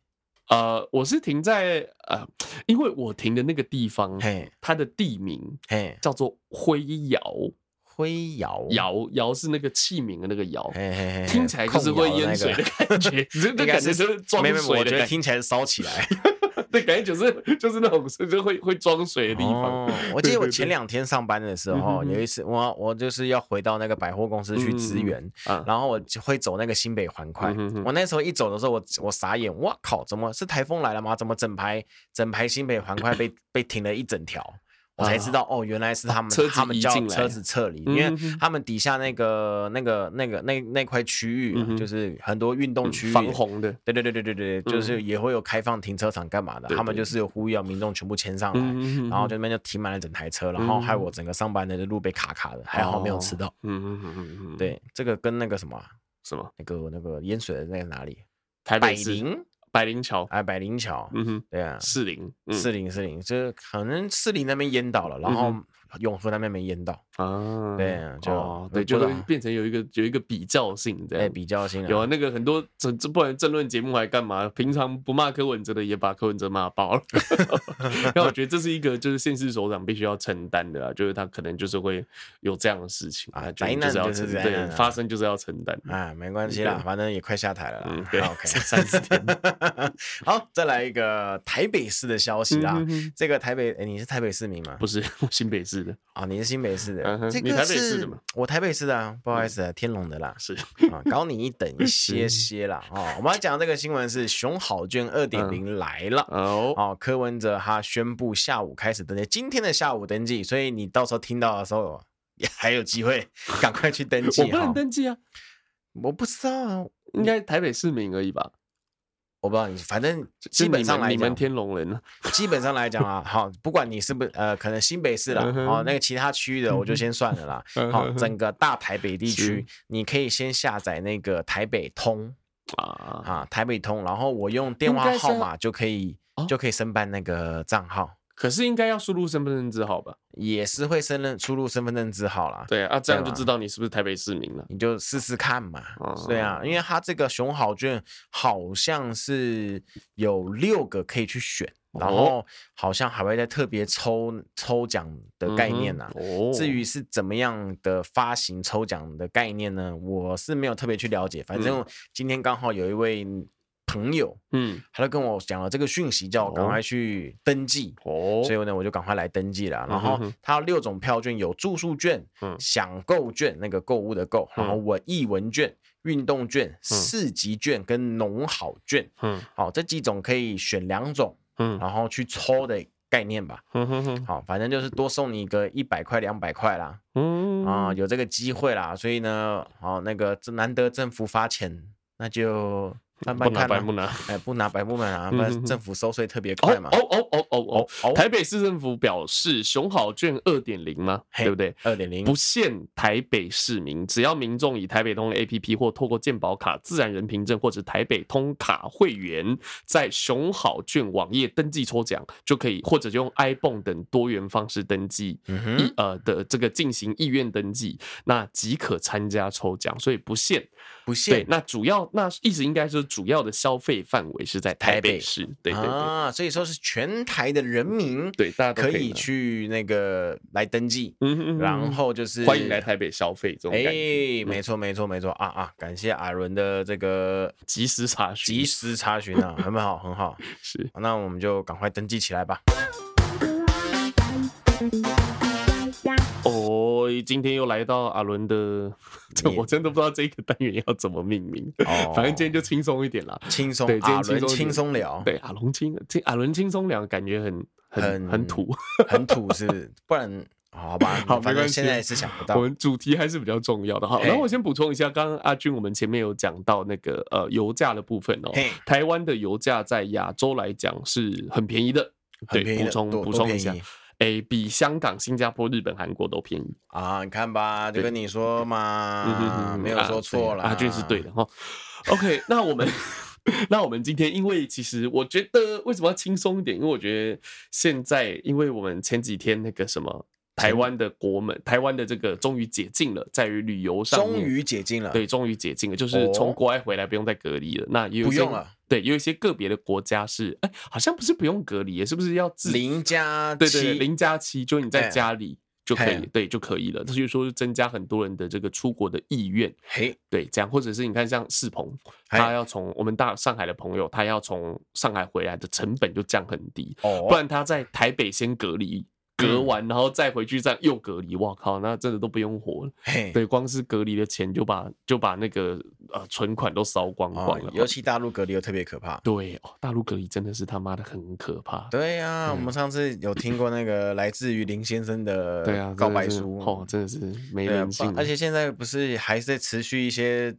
Speaker 1: 呃，我是停在呃，因为我停的那个地方，
Speaker 2: 嘿
Speaker 1: 它的地名
Speaker 2: 嘿
Speaker 1: 叫做灰窑，
Speaker 2: 灰窑，
Speaker 1: 窑窑是那个器皿的那个窑，
Speaker 2: 哦嘿嘿嘿，
Speaker 1: 听起来就是会淹水的
Speaker 2: 的
Speaker 1: 感觉，只是这
Speaker 2: 那个，应
Speaker 1: 感
Speaker 2: 该
Speaker 1: 觉
Speaker 2: 是
Speaker 1: 就是装
Speaker 2: 没有没有
Speaker 1: 水
Speaker 2: 我
Speaker 1: 的
Speaker 2: 觉得
Speaker 1: 感 觉，
Speaker 2: 听起来是烧起来。
Speaker 1: 对，感觉就是就是那种就是会会装水的地方。
Speaker 2: 哦，我记
Speaker 1: 对
Speaker 2: 得我
Speaker 1: 对
Speaker 2: 前
Speaker 1: 对
Speaker 2: 两天上班的时
Speaker 1: 嗯
Speaker 2: 候，
Speaker 1: 哼哼
Speaker 2: 有一次我我就是要回到那个百货公司去支
Speaker 1: 嗯嗯嗯
Speaker 2: 援，
Speaker 1: 啊，
Speaker 2: 然后我就会走那个新北环快
Speaker 1: 嗯。哼哼
Speaker 2: 我那时候一走的时候，我我傻眼，哇 靠，怎么是台风来了吗？怎么整排整排新北环快被被停了一整条？我才知道哦，原来是他们
Speaker 1: 车子
Speaker 2: 他
Speaker 1: 啊
Speaker 2: 们
Speaker 1: 移
Speaker 2: 叫
Speaker 1: 进来
Speaker 2: 车子撤离，
Speaker 1: 嗯
Speaker 2: 因为
Speaker 1: 哼哼
Speaker 2: 他们底下那个那个那个那那块区域啊
Speaker 1: 嗯哼
Speaker 2: 就是很多运动区域
Speaker 1: 嗯防洪的，
Speaker 2: 对对对对对对，就是也会有开放停车场干嘛
Speaker 1: 嗯
Speaker 2: 的，
Speaker 1: 对
Speaker 2: 他们
Speaker 1: 对
Speaker 2: 就是有呼吁要民众全部签上来，
Speaker 1: 嗯
Speaker 2: 然后就那边就停满了整台车，然后害我整个上班的路被卡卡的，还好没有吃到。
Speaker 1: 嗯嗯嗯嗯，
Speaker 2: 对，这个跟那个什么啊
Speaker 1: 什么
Speaker 2: 那个那个淹水的那个哪里，
Speaker 1: 台
Speaker 2: 百
Speaker 1: 北市
Speaker 2: 灵
Speaker 1: 百灵桥，
Speaker 2: 哎，百灵桥，
Speaker 1: 嗯哼，
Speaker 2: 对啊，
Speaker 1: 士林，嗯
Speaker 2: 四零四零，就是可能四零那边淹倒了，然后永和那边没淹到，
Speaker 1: 啊，
Speaker 2: 对啊就
Speaker 1: 哦
Speaker 2: 我
Speaker 1: 对，
Speaker 2: 不
Speaker 1: 就会
Speaker 2: 懂
Speaker 1: 变成有一个有一个比较性这
Speaker 2: 哎，
Speaker 1: 样。
Speaker 2: 比较性
Speaker 1: 有啊，
Speaker 2: 啊，
Speaker 1: 那个很多政这不然政论节目还干嘛？平常不骂柯文哲的也把柯文哲骂爆 了。 那我觉得这是一个就是县市首长必须要承担的啊，就是他可能就是会有这样的事情
Speaker 2: 啊
Speaker 1: 他觉得就
Speaker 2: 灾
Speaker 1: 是
Speaker 2: 难
Speaker 1: 要
Speaker 2: 就是
Speaker 1: 承
Speaker 2: 灾
Speaker 1: 对
Speaker 2: 难啊
Speaker 1: 发生就是要承担。
Speaker 2: 哎，没关系啦，
Speaker 1: 啊对
Speaker 2: 反正也快下台了
Speaker 1: 嗯
Speaker 2: 啦，
Speaker 1: 对
Speaker 2: 那 OK，
Speaker 1: 三十 天。
Speaker 2: 好，再来一个台北市的消息啊啦
Speaker 1: 嗯哼哼。
Speaker 2: 这个台北，哎，你是台北市民吗？
Speaker 1: 不是我新北市的，
Speaker 2: 啊，你是新北市
Speaker 1: 嗯
Speaker 2: 的，
Speaker 1: 哼
Speaker 2: 这
Speaker 1: 你
Speaker 2: 个
Speaker 1: 台北市的嗯
Speaker 2: 是
Speaker 1: 吗
Speaker 2: 我台北市的啊，不好意思啊，天龙的啦。
Speaker 1: 是
Speaker 2: 啊，高你一等 一些些啦。哦，我们要讲这个新闻是熊好券二点
Speaker 1: 嗯
Speaker 2: 零来了。
Speaker 1: 哦，
Speaker 2: 哦，柯文哲他宣布下午开始登记，今天的下午登记，所以你到时候听到的时候也还有机会，赶快去登
Speaker 1: 我
Speaker 2: 记
Speaker 1: 不
Speaker 2: 哈。
Speaker 1: 能登记啊，
Speaker 2: 我不知道啊，
Speaker 1: 应该台北市民而已吧？
Speaker 2: 我不知道你，反正
Speaker 1: 就
Speaker 2: 基本上
Speaker 1: 你们
Speaker 2: 来
Speaker 1: 你们
Speaker 2: 讲，
Speaker 1: 天龙人啊呢？
Speaker 2: 基本上来讲啊，好，不管你是不是呃，可能新北市啦，
Speaker 1: 嗯哼
Speaker 2: 哦，那个其他区域的我就先算了啦。 好，整个大台北地区，你可以先下载那个台北通
Speaker 1: 啊，
Speaker 2: 啊，台北通，然后我用电
Speaker 1: 应
Speaker 2: 话
Speaker 1: 该是
Speaker 2: 号
Speaker 1: 要
Speaker 2: 码就可以
Speaker 1: 哦
Speaker 2: 就可以申办那个账号，
Speaker 1: 可是应该要输入身份证字号吧？
Speaker 2: 也是会申认输入身份证字号啦。
Speaker 1: 对啊，这样
Speaker 2: 对
Speaker 1: 就
Speaker 2: 啦
Speaker 1: 知道你是不是台北市民了。
Speaker 2: 你就试试看嘛
Speaker 1: 哦。
Speaker 2: 对啊，因为它这个熊好券好像是有六个可以去选，然
Speaker 1: 哦
Speaker 2: 后好像还会再特别抽抽奖的概念啊呐、
Speaker 1: 嗯哼哦
Speaker 2: 至于是怎么样的发行抽奖的概念呢，我是没有特别去了解。反正今天刚好有一位朋友，
Speaker 1: 嗯，
Speaker 2: 他就跟我讲了这个讯息，叫我赶快去登记。
Speaker 1: 哦
Speaker 2: 所以呢，我就赶快来登记了。然
Speaker 1: 嗯
Speaker 2: 后
Speaker 1: 哼哼
Speaker 2: 它有六种票券，有住宿券、
Speaker 1: 嗯
Speaker 2: 享购券，那个购物的购，然后文艺文券、运动券、市集券跟农好券。
Speaker 1: 嗯
Speaker 2: 好，这几种可以选两种，
Speaker 1: 嗯
Speaker 2: 然后去抽的概念吧。
Speaker 1: 嗯哼哼
Speaker 2: 好，反正就是多送你个一百块、两百块啦，
Speaker 1: 嗯
Speaker 2: 啊、有这个机会啦。所以呢，好，那个这难得政府发钱，那就慢
Speaker 1: 不
Speaker 2: 慢
Speaker 1: 拿
Speaker 2: 看
Speaker 1: 白
Speaker 2: 啦
Speaker 1: 不。拿。
Speaker 2: 哎，不拿白不拿，不
Speaker 1: 嗯哼
Speaker 2: 然
Speaker 1: 哼
Speaker 2: 政府收税特别
Speaker 1: 哦
Speaker 2: 快嘛。
Speaker 1: 哦哦哦哦哦！
Speaker 2: 哦
Speaker 1: 台北市政府表示，熊好券二点零吗？
Speaker 2: 嘿
Speaker 1: 对不对？
Speaker 2: 二点零
Speaker 1: 不限台北市民，只要民众以台北通的 APP 或透过健保卡、自然人凭证或者台北通卡会员，在熊好券网页登记抽奖，就可以或者就用 iBon 等多元方式登记。
Speaker 2: 嗯哼
Speaker 1: 意呃的这个进行意愿登记，那即可参加抽奖，所以不限。
Speaker 2: 不
Speaker 1: 对
Speaker 2: 限，
Speaker 1: 那主要那意思应该是主要的消费范围是在台
Speaker 2: 台
Speaker 1: 北
Speaker 2: 北
Speaker 1: 市，对对对、
Speaker 2: 啊，所以说是全台的人民
Speaker 1: 对，大家都
Speaker 2: 可
Speaker 1: 以
Speaker 2: 以
Speaker 1: 拿，
Speaker 2: 去那个来登记，
Speaker 1: 嗯哼嗯哼
Speaker 2: 然后就是
Speaker 1: 欢迎来。台北消费这种感嗯觉，
Speaker 2: 哎，没错没错没错啊啊！感谢阿伦的这个
Speaker 1: 及时查询
Speaker 2: 及时查询啊，很好很好。
Speaker 1: 是
Speaker 2: 那我们就赶快登记起来吧。
Speaker 1: 哦，今天又来到阿伦的，这
Speaker 2: 你
Speaker 1: 我真的不知道这个单元要怎么命名，
Speaker 2: 哦
Speaker 1: 反正今天就轻松一点啦。
Speaker 2: 轻松
Speaker 1: 对，今天
Speaker 2: 阿
Speaker 1: 轻松
Speaker 2: 伦
Speaker 1: 一点
Speaker 2: 轻松聊，
Speaker 1: 对，阿龙轻，这阿伦轻松聊，感觉很很
Speaker 2: 很
Speaker 1: 很土。
Speaker 2: 很土是不是，不然好吧，
Speaker 1: 好
Speaker 2: 反
Speaker 1: 没关
Speaker 2: 正
Speaker 1: 系
Speaker 2: 现在是想不到
Speaker 1: 我。们主题还是比较重要的哈。
Speaker 2: 嘿
Speaker 1: 然后我先补充一下，刚刚阿军我们前面有讲到那个呃油价的部分哦
Speaker 2: 嘿，
Speaker 1: 台湾的油价在亚洲来讲是很便宜的，
Speaker 2: 很便
Speaker 1: 对，
Speaker 2: 宜的
Speaker 1: 补充
Speaker 2: 多
Speaker 1: 补
Speaker 2: 多
Speaker 1: 充一
Speaker 2: 便
Speaker 1: 下
Speaker 2: 宜，
Speaker 1: 诶，比香港、新加坡、日本、韩国都便宜。
Speaker 2: 啊，你看吧，就
Speaker 1: 对
Speaker 2: 跟你
Speaker 1: 嗯
Speaker 2: 说
Speaker 1: 哼
Speaker 2: 嘛，
Speaker 1: 哼
Speaker 2: 没有
Speaker 1: 啊
Speaker 2: 说错
Speaker 1: 对
Speaker 2: 啦。
Speaker 1: 阿军是对的哈。OK，那我们那我们今天，因为其实我觉得为什么要轻松一点？因为我觉得现在，因为我们前几天那个什么。台湾的国门，台湾的这个终于解禁了，在于旅游上
Speaker 2: 终
Speaker 1: 面
Speaker 2: 于解禁了，
Speaker 1: 对，终于解禁了，就是从
Speaker 2: 哦
Speaker 1: 国外回来不用再隔离了。那也有
Speaker 2: 不
Speaker 1: 一些
Speaker 2: 用啊了。
Speaker 1: 对，也有一些个别的国家是，哎、好像不是不用隔离耶，是不是要自？
Speaker 2: 零加
Speaker 1: 对对对，
Speaker 2: 七
Speaker 1: 零加七，就是你在
Speaker 2: 嘿
Speaker 1: 家里就可以
Speaker 2: 嘿，
Speaker 1: 对就可以了。这就是说是增加很多人的这个出国的意愿，
Speaker 2: 嘿，
Speaker 1: 对，这样或者是你看像世鹏，
Speaker 2: 嘿
Speaker 1: 他要从我们大上海的朋友，他要从上海回来的成本就降很低，
Speaker 2: 哦，
Speaker 1: 不然他在台北先隔离。隔
Speaker 2: 嗯
Speaker 1: 完，然后再回去再又隔离，哇靠，那真的都不用活了。
Speaker 2: 嘿，
Speaker 1: 对，光是隔离的钱就把就把那个呃存款都烧光光
Speaker 2: 哦
Speaker 1: 了嘛。
Speaker 2: 尤其大陆隔离又特别可怕。
Speaker 1: 对哦，大陆隔离真的是他妈的很可怕。
Speaker 2: 对呀、我
Speaker 1: 嗯
Speaker 2: 们上次有听过那个来自于林先生
Speaker 1: 对啊
Speaker 2: 的，
Speaker 1: 真的
Speaker 2: 告白
Speaker 1: 是
Speaker 2: 书，
Speaker 1: 哦，真的是没
Speaker 2: 对啊
Speaker 1: 人性啊。
Speaker 2: 而且现在不是还是在持续一些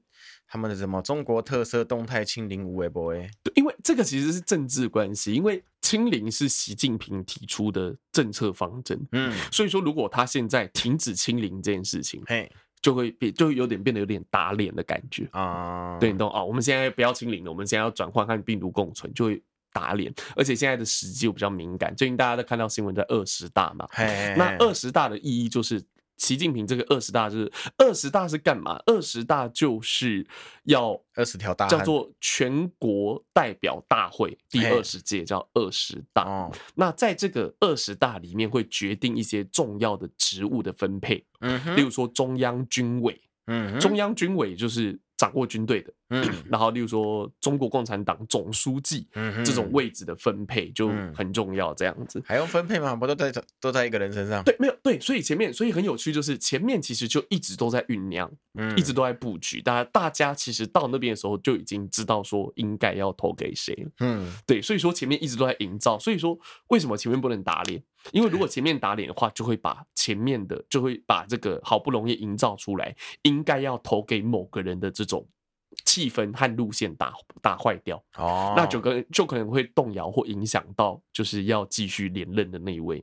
Speaker 2: 他们的什么中国特色动态清零无为 boy，
Speaker 1: 对因为这个其实是政治关系，因为清零是习近平提出的政策方针。
Speaker 2: 嗯，
Speaker 1: 所以说，如果他现在停止清零这件事情，
Speaker 2: 嘿
Speaker 1: 就会变，就会有点变得有点打脸的感觉。
Speaker 2: 啊，
Speaker 1: 对，你懂哦？我们现在不要清零了，我们现在要转换和病毒共存，就会打脸。而且现在的时机又比较敏感，最近大家都看到新闻在二十大嘛，
Speaker 2: 嘿，嘿，
Speaker 1: 那
Speaker 2: 嘿
Speaker 1: 二十大的意义就是。习近平这个二十大就是二十大是干嘛？二十大就是要
Speaker 2: 二十条大
Speaker 1: 叫
Speaker 2: 汉
Speaker 1: 做全国代表大会第
Speaker 2: 嘿
Speaker 1: 二十届叫二十大。
Speaker 2: 哎哦，
Speaker 1: 那在这个二十大里面，会决定一些重要的职务的分配，
Speaker 2: 嗯
Speaker 1: 例
Speaker 2: 哼，
Speaker 1: 如说中央军委，
Speaker 2: 嗯哼，
Speaker 1: 中央军委就是掌握军队的，
Speaker 2: 嗯
Speaker 1: 然后例如说中国共产党总书记
Speaker 2: 嗯哼
Speaker 1: 这种位置的分配就
Speaker 2: 嗯
Speaker 1: 很重要，这样子。
Speaker 2: 还用分配吗？不都在都在一个人身上？
Speaker 1: 对，没有对，所以前面所以很有趣，就是前面其实就一直都在酝酿，
Speaker 2: 嗯，
Speaker 1: 一直都在布局。大家大家其实到那边的时候就已经知道说应该要投给谁了。
Speaker 2: 嗯
Speaker 1: 对，所以说前面一直都在营造，所以说为什么前面不能打脸？因为如果前面打脸的话，就会把前面的就会把这个好不容易营造出来应该要投给某个人的这种气氛和路线打打坏掉，
Speaker 2: 哦，
Speaker 1: 那就跟就可能会动摇或影响到就是要继续连任的那一位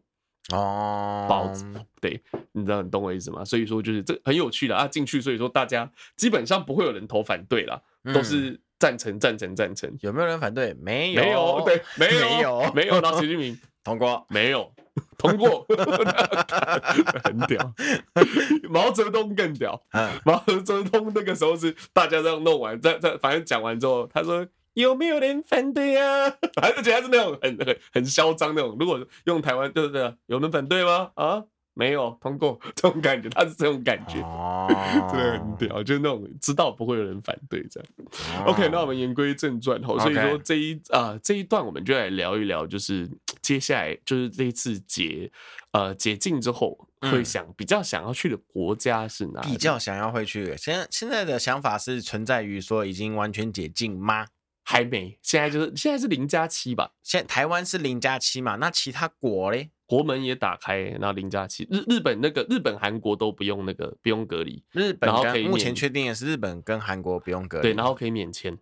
Speaker 2: 哦
Speaker 1: 包子。对，你知道你懂我意思吗？所以说就是这很有趣的啊，进去所以说大家基本上不会有人投反对啦，都
Speaker 2: 嗯
Speaker 1: 是赞成赞成赞成。
Speaker 2: 有没有人反对？没有，
Speaker 1: 没有，对，没有，
Speaker 2: 没有
Speaker 1: 没有。然后习近平
Speaker 2: 通过。
Speaker 1: 没有通过， 很屌。 毛泽东更屌，
Speaker 2: 嗯，
Speaker 1: 毛泽东那个时候是大家这样弄完，在在反正讲完之后，他说。有没有人反对啊？ 而且他是那种很很很嚣张那种。如果用台湾，对对对，有人反对吗？啊，没有，通过 这种感觉，他是这种感觉，
Speaker 2: 哦
Speaker 1: 真的很屌，就是那种知道不会有人反对这样。
Speaker 2: 哦
Speaker 1: OK，那我们言归正传哈，所以
Speaker 2: OK
Speaker 1: 说这一啊、这一段我们就来聊一聊，就是接下来就是这一次解呃解禁之后
Speaker 2: 嗯
Speaker 1: 会想、比较想要去的国家是哪里？
Speaker 2: 比较想要会去。现在现在的想法是存在于说已经完全解禁吗？
Speaker 1: 还没，现在就是现在是零加七吧，
Speaker 2: 现台湾是零加七嘛，那其他国嘞？
Speaker 1: 国门也打开，然后零加七，日日本那个日本韩国都不用那个不用隔离，
Speaker 2: 日本
Speaker 1: 然后可以
Speaker 2: 跟目
Speaker 1: 免
Speaker 2: 前确定的是日本跟韩国不用隔离，
Speaker 1: 对，然后可以免签，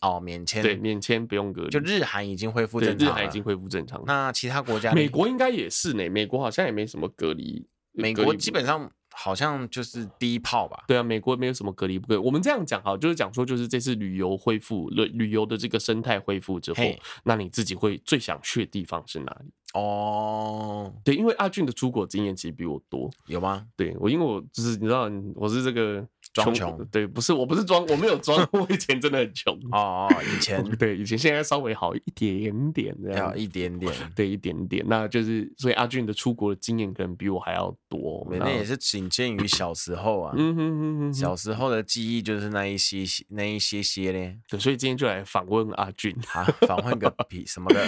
Speaker 2: 哦免签，
Speaker 1: 对，，免签不用隔离，
Speaker 2: 就日韩已经恢复
Speaker 1: 对
Speaker 2: 正
Speaker 1: 日
Speaker 2: 常了，
Speaker 1: 韩已经恢复正常了，
Speaker 2: 那其他国家嘞
Speaker 1: 美国应该也是呢，美国好像也没什么隔离，
Speaker 2: 美
Speaker 1: 隔
Speaker 2: 国
Speaker 1: 离
Speaker 2: 基本上好像就是第一炮吧，
Speaker 1: 对啊，美国没有什么隔离不隔离。我们这样讲哈，就是讲说，就是这次旅游恢复，旅旅游的这个生态恢复之后
Speaker 2: 嘿，
Speaker 1: 那你自己会最想去的地方是哪里？
Speaker 2: 哦，
Speaker 1: 对，因为阿俊的出国经验其实比我多。
Speaker 2: 有吗？
Speaker 1: 对我，因为我就是你知道，我是这个
Speaker 2: 装穷
Speaker 1: 对，不是我不是装，我没有装，我以前真的很穷。
Speaker 2: 哦，以前
Speaker 1: 对，以前现在稍微好一点点这样
Speaker 2: 要。一点点，
Speaker 1: 对一点点，那就是所以阿俊的出国的经验可能比我还要多。
Speaker 2: 那也是仅限于小时候啊。
Speaker 1: 嗯哼哼哼哼，
Speaker 2: 小时候的记忆就是那一些些那一些些嘞，
Speaker 1: 对，所以今天就来访问阿俊。
Speaker 2: 啊，访问个屁什么的，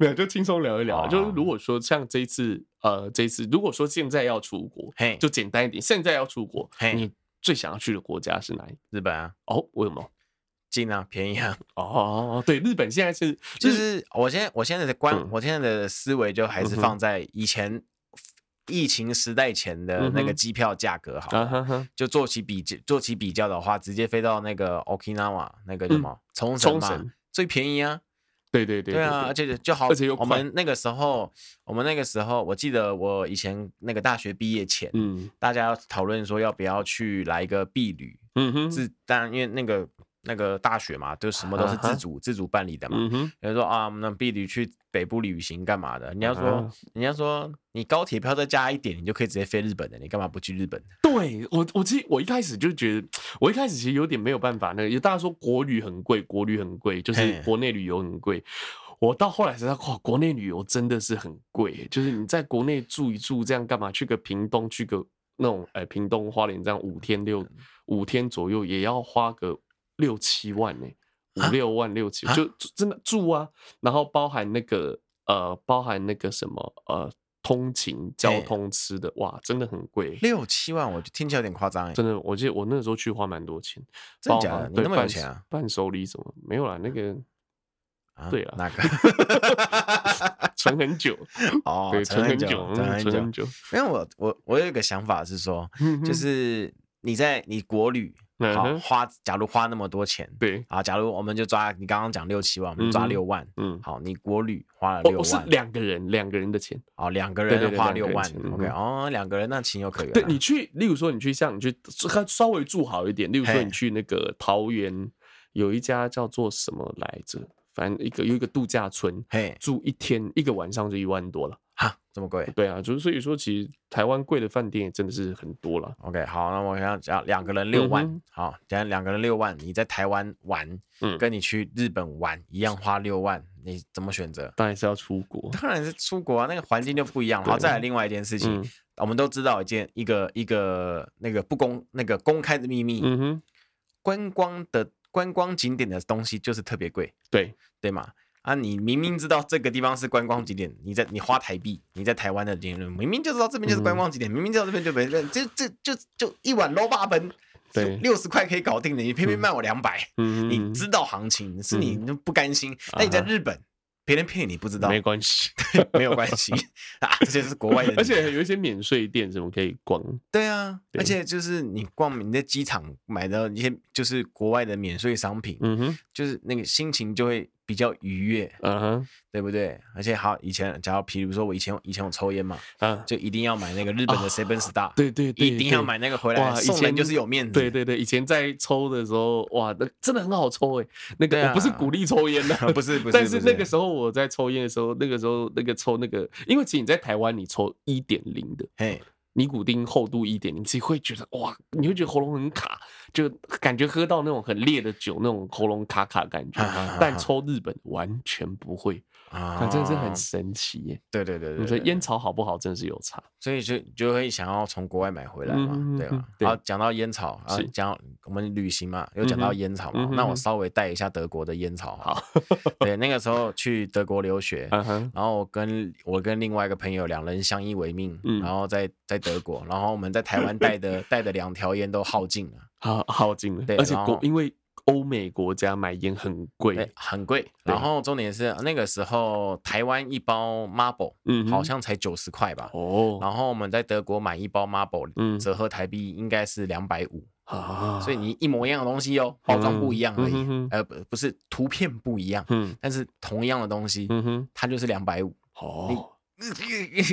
Speaker 1: 没有，就轻松聊一聊啊。
Speaker 2: 哦
Speaker 1: 就是如果说像这一次，呃，这一次如果说现在要出国，
Speaker 2: 嘿，
Speaker 1: 就简单一点，现在要出国，
Speaker 2: 嘿
Speaker 1: 你最想要去的国家是哪里？
Speaker 2: 日本啊，
Speaker 1: 哦，为什么？
Speaker 2: 近啊，便宜啊，
Speaker 1: 哦，对，日本现在是
Speaker 2: 就
Speaker 1: 日
Speaker 2: 是我现在我现在的观，
Speaker 1: 嗯
Speaker 2: 我现在的思维就还是放在以前疫情时代前的那
Speaker 1: 嗯
Speaker 2: 个
Speaker 1: 哼
Speaker 2: 机票价格好
Speaker 1: 啊
Speaker 2: 了，
Speaker 1: 哈哈，
Speaker 2: 就做起比做起比较的话，直接飞到那个 Okinawa 那个叫什么冲
Speaker 1: 嗯
Speaker 2: 绳
Speaker 1: 冲
Speaker 2: 嘛
Speaker 1: 绳，
Speaker 2: 最便宜啊，
Speaker 1: 对对对
Speaker 2: 对啊，而且就好，
Speaker 1: 而且又
Speaker 2: 我
Speaker 1: 快
Speaker 2: 们那个时候，我们那个时候，我记得我以前那个大学毕业前，
Speaker 1: 嗯
Speaker 2: 大家讨论说要不要去来一个避旅，
Speaker 1: 嗯哼，
Speaker 2: 自当然因为那个那个大学嘛，就什么都是
Speaker 1: 啊哈
Speaker 2: 自主、自主办理的嘛。
Speaker 1: 嗯哼，
Speaker 2: 有人说啊，我们那避旅去北部旅行干嘛的？人家说，
Speaker 1: 啊
Speaker 2: 人家说你高铁票再加一点，你就可以直接飞日本的，你干嘛不去日本？
Speaker 1: 对我我其实我一开始就觉得，我一开始其实有点没有办法，那个因为大家说国旅很贵，国旅很贵，就是
Speaker 2: 嘿
Speaker 1: 国内旅游很贵。我到后来才知道，哇，国内旅游真的是很贵，就是你在国内住一住，这样干嘛？去个屏东，去个那种哎、屏东花莲这样五天
Speaker 2: 嗯
Speaker 1: 六五天左右，也要花个六七万呢、
Speaker 2: 啊
Speaker 1: 五六万六七，
Speaker 2: 啊
Speaker 1: 就就真的住啊，然后包含那个呃，包含那个什么呃通勤、交通、吃的，哇，真的很贵。
Speaker 2: 六七万，我就听起来有点夸张哎，
Speaker 1: 真的，我记得我那时候去花蛮多钱，
Speaker 2: 真的
Speaker 1: 包
Speaker 2: 假的？
Speaker 1: 含
Speaker 2: 你
Speaker 1: 对
Speaker 2: 那么有
Speaker 1: 伴
Speaker 2: 钱啊？
Speaker 1: 伴手礼什么没有啦，那 个
Speaker 2: 啊
Speaker 1: 对啊
Speaker 2: 哪个？
Speaker 1: 存很久，
Speaker 2: 哦，
Speaker 1: 对，
Speaker 2: 存
Speaker 1: 存
Speaker 2: 很
Speaker 1: 很
Speaker 2: 久，
Speaker 1: 久，
Speaker 2: 存
Speaker 1: 嗯
Speaker 2: 很
Speaker 1: 存很
Speaker 2: 久。
Speaker 1: 久，
Speaker 2: 因为我我我有一个想法是说，就
Speaker 1: 嗯
Speaker 2: 是你在你国旅
Speaker 1: 嗯
Speaker 2: 好
Speaker 1: 哼
Speaker 2: 花，假如花那么多钱，
Speaker 1: 对，
Speaker 2: 啊，假如我们就抓你刚刚讲六七万，我们就
Speaker 1: 嗯
Speaker 2: 抓
Speaker 1: 哼
Speaker 2: 六万，
Speaker 1: 嗯，
Speaker 2: 好，你国旅花了
Speaker 1: 哦
Speaker 2: 啊六
Speaker 1: 我是
Speaker 2: 万，
Speaker 1: 两个人，两个人的钱。
Speaker 2: 哦，两个
Speaker 1: 对
Speaker 2: 人
Speaker 1: 对
Speaker 2: 花
Speaker 1: 两
Speaker 2: 六
Speaker 1: 个人
Speaker 2: 万
Speaker 1: 钱嗯
Speaker 2: ，OK，
Speaker 1: 哼
Speaker 2: 哦，两个人那情有可原啊。
Speaker 1: 对你去，例如说你去像你去稍稍微住好一点，例如说
Speaker 2: 嘿
Speaker 1: 你去那个桃园有一家叫做什么来着，反正一个有一个度假村，
Speaker 2: 嘿，
Speaker 1: 住一天一个晚上就一万多了。
Speaker 2: 哈，这么贵
Speaker 1: 对啊，就是所以说其实台湾贵的饭店也真的是很多了。
Speaker 2: ，OK，好，那我想讲两个人六
Speaker 1: 嗯
Speaker 2: 万
Speaker 1: 哼，
Speaker 2: 好，讲两个人六万，你在台湾玩，
Speaker 1: 嗯，
Speaker 2: 跟你去日本玩一样花六万，你怎么选择？
Speaker 1: 当然是要出国。
Speaker 2: 当然是出国啊，那个环境就不一样。然后
Speaker 1: 对
Speaker 2: 再来另外一件事情，
Speaker 1: 嗯
Speaker 2: 我们都知道一件一个一个那个不公那个公开的秘密，
Speaker 1: 嗯哼，
Speaker 2: 观光的观光景点的东西就是特别贵，
Speaker 1: 对，
Speaker 2: 对吗？啊，你明明知道这个地方是观光景点，你在你花台币，你在台湾的景点，明明就知道这边就是
Speaker 1: 嗯
Speaker 2: 观光景点，明明就知道这边就没，这这就就一碗捞八本，
Speaker 1: 对
Speaker 2: 六十块可以搞定的，你偏偏卖我两百、
Speaker 1: 嗯，
Speaker 2: 你知道行情，是你不甘心。
Speaker 1: 啊
Speaker 2: 那、你在
Speaker 1: 哈
Speaker 2: 日本，别人骗你不知道，
Speaker 1: 没关系，
Speaker 2: 没有关系 啊，这就是国外的你。
Speaker 1: 而且有一些免税店什么可以逛。
Speaker 2: 对啊，
Speaker 1: 对
Speaker 2: 而且就是你逛你在机场买到一些就是国外的免税商品，
Speaker 1: 嗯哼，
Speaker 2: 就是那个心情就会比较愉悦，
Speaker 1: 啊哈，
Speaker 2: 对不对？而且好，以前假如比如说我以前以前我抽烟嘛，
Speaker 1: 啊，
Speaker 2: 就一定要买那个日本的 Seven Star，、
Speaker 1: 对对对，
Speaker 2: 一定要
Speaker 1: 对
Speaker 2: 买那个回来，
Speaker 1: 哇以
Speaker 2: 送人
Speaker 1: 前
Speaker 2: 就是有面子。
Speaker 1: 对对对，以前在抽的时候，哇，那真的很好抽哎、那
Speaker 2: 对
Speaker 1: 个、我
Speaker 2: 啊，
Speaker 1: 不是鼓励抽烟的
Speaker 2: 不是不是
Speaker 1: 但
Speaker 2: 不
Speaker 1: 是
Speaker 2: 是
Speaker 1: 那个时候我在抽烟的时候，那个时候那个抽那个，因为其实你在台湾你抽一点零的
Speaker 2: 嘿，
Speaker 1: 尼古丁厚度一点零，其实会觉得哇，你会觉得喉咙很卡，就感觉喝到那种很烈的酒，那种喉咙卡卡感觉
Speaker 2: 啊哈哈哈哈。
Speaker 1: 但抽日本完全不会，
Speaker 2: 啊
Speaker 1: 反正是很神奇耶、
Speaker 2: 对对对
Speaker 1: 你
Speaker 2: 对
Speaker 1: 说
Speaker 2: 对，
Speaker 1: 烟草好不好，真的是有差。
Speaker 2: 所以就就会想要从国外买回来嘛，
Speaker 1: 嗯
Speaker 2: 对
Speaker 1: 嗯
Speaker 2: 吧
Speaker 1: 嗯？对
Speaker 2: 好，讲到烟草，啊
Speaker 1: 是，
Speaker 2: 讲我们旅行嘛，有讲到烟草嘛
Speaker 1: 嗯，哼
Speaker 2: 那我稍微带一下德国的烟草。
Speaker 1: 好，
Speaker 2: 对，那个时候去德国留学，
Speaker 1: 嗯哼，
Speaker 2: 然后我跟我跟另外一个朋友两人相依为命，
Speaker 1: 嗯
Speaker 2: 然后在在德国，然后我们在台湾 带的带的两条烟都耗尽了，
Speaker 1: 好耗尽了
Speaker 2: 对，
Speaker 1: 而且
Speaker 2: 然后
Speaker 1: 国因为欧美国家买烟很
Speaker 2: 对
Speaker 1: 贵，，
Speaker 2: 哎很贵。
Speaker 1: 对
Speaker 2: 然后重点是那个时候台湾一包 Marble
Speaker 1: 嗯哼，
Speaker 2: 好像才九十块吧，
Speaker 1: 哦，
Speaker 2: 然后我们在德国买一包 Marble，
Speaker 1: 嗯
Speaker 2: 折合台币应该是两百五。
Speaker 1: 啊
Speaker 2: 所以你一模一样的东西哦，包装不一样而已，
Speaker 1: 嗯嗯哼哼
Speaker 2: 呃，不不是图片不一样，
Speaker 1: 嗯
Speaker 2: 但是同样的东西，
Speaker 1: 嗯哼，
Speaker 2: 它就是两百五，
Speaker 1: 哦，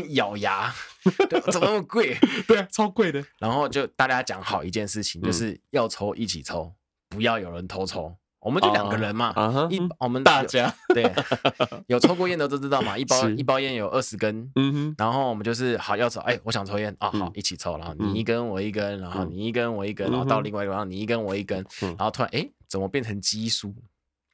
Speaker 2: 咬牙， 对怎么那么贵？
Speaker 1: 对啊，超贵的
Speaker 2: 然后就大家讲好一件事情，
Speaker 1: 嗯
Speaker 2: 就是要抽一起抽，不要有人偷抽。我们就两个人嘛，
Speaker 1: 啊哈，
Speaker 2: 一
Speaker 1: 嗯
Speaker 2: 我们
Speaker 1: 大
Speaker 2: 有
Speaker 1: 家，
Speaker 2: 对，有抽过烟的都知道嘛，一包
Speaker 1: 是
Speaker 2: 一包烟有二十根。
Speaker 1: 嗯哼，
Speaker 2: 然后我们就是好要抽，哎，我想抽烟啊，好
Speaker 1: 嗯
Speaker 2: 一起抽，然后
Speaker 1: 嗯
Speaker 2: 你一根我一根，然后
Speaker 1: 嗯
Speaker 2: 你一根我一根，然后
Speaker 1: 嗯哼
Speaker 2: 到另外一个，然后你一根我一根，
Speaker 1: 嗯
Speaker 2: 然后突然哎，怎么变成奇数？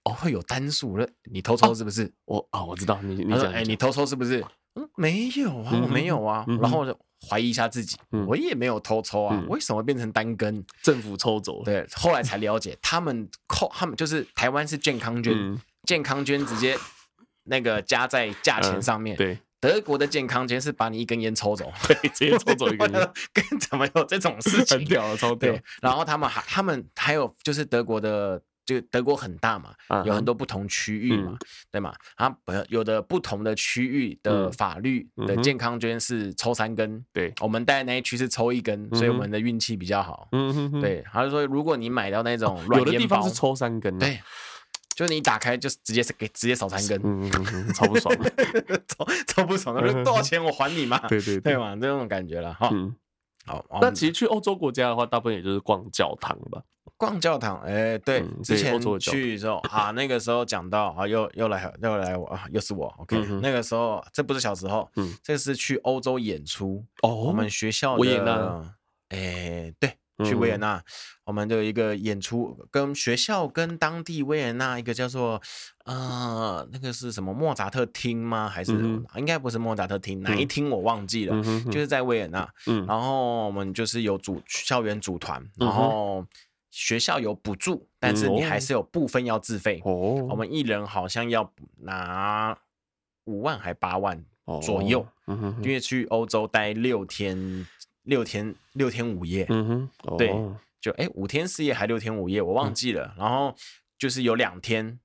Speaker 2: 哦，会有单数了，你偷
Speaker 1: 哦
Speaker 2: 抽是不是？
Speaker 1: 我啊，我知道你你
Speaker 2: 他说
Speaker 1: 讲，
Speaker 2: 哎，你偷抽是不是？嗯，没有啊，
Speaker 1: 嗯
Speaker 2: 我没有啊。
Speaker 1: 嗯哼
Speaker 2: 然后我就怀疑一下自己，
Speaker 1: 嗯
Speaker 2: 我也没有偷抽啊，
Speaker 1: 嗯
Speaker 2: 为什么变成单根？
Speaker 1: 政府抽走了，
Speaker 2: 对，后来才了解，他们 扣他们就是台湾是健康捐，
Speaker 1: 嗯，
Speaker 2: 健康捐直接那个加在价钱上面。
Speaker 1: 嗯对，
Speaker 2: 德国的健康捐是把你一根烟抽走，
Speaker 1: 对，直接抽走 一个人，
Speaker 2: 跟怎么有这种 事
Speaker 1: 很
Speaker 2: 情？
Speaker 1: 屌了，超屌
Speaker 2: 对，，然后他们还他们还有就是德国的。就德国很大嘛，
Speaker 1: 啊嗯
Speaker 2: 有很
Speaker 1: 哈
Speaker 2: 多不同区域嘛，对嘛？啊，不有的不同的区域的
Speaker 1: 嗯
Speaker 2: 法律
Speaker 1: 嗯
Speaker 2: 的
Speaker 1: 哼
Speaker 2: 健康捐是抽三根，
Speaker 1: 对，
Speaker 2: 我们待的那一区是抽一根，所以我
Speaker 1: 嗯哼
Speaker 2: 们的运气比较好。
Speaker 1: 嗯哼哼，
Speaker 2: 对，他就说，如果你买到那种
Speaker 1: 有
Speaker 2: 软
Speaker 1: 的
Speaker 2: 烟
Speaker 1: 地
Speaker 2: 包
Speaker 1: 方是，抽三根，，啊
Speaker 2: 对，就是你打开就直接是给直接少三 根，
Speaker 1: 嗯嗯嗯，超不爽，啊
Speaker 2: 超超不爽的，就多少钱我还你嘛，
Speaker 1: 对对
Speaker 2: 对
Speaker 1: 对，
Speaker 2: 嘛，这种感觉了哈。
Speaker 1: 嗯，
Speaker 2: 好，
Speaker 1: 那其
Speaker 2: 实
Speaker 1: 实去欧洲国家的话，大部分也就是逛教堂吧，
Speaker 2: 逛教堂，哎，对
Speaker 1: 嗯，
Speaker 2: 之
Speaker 1: 对
Speaker 2: 前
Speaker 1: 欧洲的教堂
Speaker 2: 去的时候 啊，那个时候讲到啊，又又来又来我啊，又是我，OK，
Speaker 1: 嗯哼
Speaker 2: 那个时候这不是小时候
Speaker 1: 嗯，
Speaker 2: 这是去欧洲演出，
Speaker 1: 哦，
Speaker 2: 我们学校的
Speaker 1: 维也纳，
Speaker 2: 哎，对，去维也
Speaker 1: 嗯
Speaker 2: 纳，我们的一个演出，跟学校跟当地维也纳一个叫做呃，那个是什么莫扎特厅吗？还是、
Speaker 1: 嗯
Speaker 2: 应该不是莫扎特厅，哪一
Speaker 1: 嗯
Speaker 2: 厅我忘记了，
Speaker 1: 嗯哼哼，
Speaker 2: 就是在维也纳。
Speaker 1: 嗯，
Speaker 2: 然后我们就是有组校园组团，
Speaker 1: 嗯
Speaker 2: 然
Speaker 1: 哼
Speaker 2: 后学校有补助，但是
Speaker 1: 嗯
Speaker 2: 你
Speaker 1: 哦
Speaker 2: 还是有部分要自费。
Speaker 1: 哦，
Speaker 2: 我们一人好像要拿五万还八万
Speaker 1: 哦
Speaker 2: 左右，
Speaker 1: 嗯哼
Speaker 2: 因为去欧洲待六天，六天六天五夜，
Speaker 1: 嗯哼，哦
Speaker 2: 对就哎五天四夜还六天五夜，我
Speaker 1: 嗯
Speaker 2: 忘记了。然后就是有两天，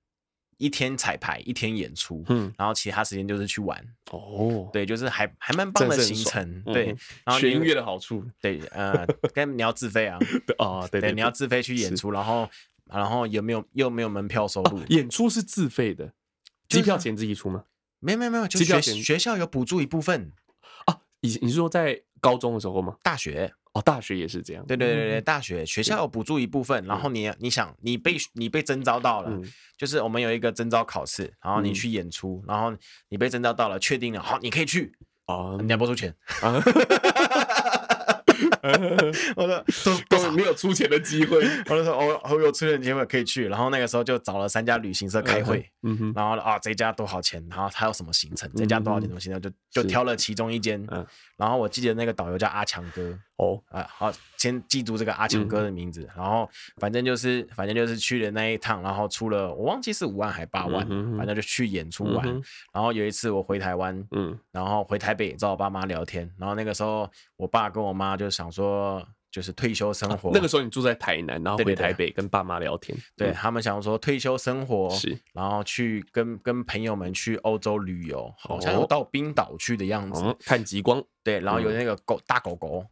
Speaker 2: 一天彩排，一天演出，
Speaker 1: 嗯，
Speaker 2: 然后其他时间就是去玩。
Speaker 1: 哦，
Speaker 2: 对，就是还还蛮棒
Speaker 1: 真
Speaker 2: 的
Speaker 1: 是很
Speaker 2: 行程。
Speaker 1: 爽
Speaker 2: 对
Speaker 1: 嗯哼，
Speaker 2: 然后
Speaker 1: 学
Speaker 2: 你
Speaker 1: 音乐的好处
Speaker 2: 对，呃，但你要自费啊，
Speaker 1: 啊，对
Speaker 2: 你要自费去演出，然后然后有没有又没有门票收入？
Speaker 1: 演出是自费的，
Speaker 2: 就
Speaker 1: 机
Speaker 2: 是
Speaker 1: 票钱自己出吗？
Speaker 2: 没有没有没有，就
Speaker 1: 机票
Speaker 2: 学
Speaker 1: 钱
Speaker 2: 学校有补助一部分，啊
Speaker 1: 以啊前你是说在高中的时候吗？
Speaker 2: 大学
Speaker 1: 哦，大学也是这样。嗯
Speaker 2: 对对对对，大学学校有补助一部分，然后你你想你被你被征召到了
Speaker 1: 嗯，
Speaker 2: 就是我们有一个征召考试，然后你去演出，然后你被征召到了，确定了，好，你可以去，
Speaker 1: 啊
Speaker 2: 你要不出钱，
Speaker 1: 啊，
Speaker 2: 我 说都
Speaker 1: 根本没有出钱的机会。
Speaker 2: 我就说哦，我有出点机会可以去，然后那个时候就找了三家旅行社开会，
Speaker 1: 嗯哼，
Speaker 2: 然后啊这家多少钱，然后他有什么行程，这家多少钱什么行程，就就是挑了其中一间
Speaker 1: 嗯，
Speaker 2: 然后我记得那个导游叫阿强哥，
Speaker 1: 哦，
Speaker 2: 啊，好，先记住这个阿强
Speaker 1: 嗯
Speaker 2: 哥的名字，然后反正就是反正就是去了那一趟，然后出了我忘记是五万还八万，
Speaker 1: 嗯哼哼
Speaker 2: 反正就去演出玩。
Speaker 1: 嗯哼
Speaker 2: 然后有一次我回台湾，
Speaker 1: 嗯
Speaker 2: 然后回台北找我爸妈聊天，然后那个时候我爸跟我妈就想说，就是退休生活，
Speaker 1: 啊那个时候你住在台南，然后
Speaker 2: 对对
Speaker 1: 回
Speaker 2: 对
Speaker 1: 台北跟爸妈聊天。
Speaker 2: 对
Speaker 1: 嗯，
Speaker 2: 他们想说退休生活
Speaker 1: 是
Speaker 2: 然后去跟跟朋友们去欧洲旅游，好像有
Speaker 1: 哦
Speaker 2: 到冰岛去的样子，
Speaker 1: 哦，看极光
Speaker 2: 对，然后有那个狗、大狗狗，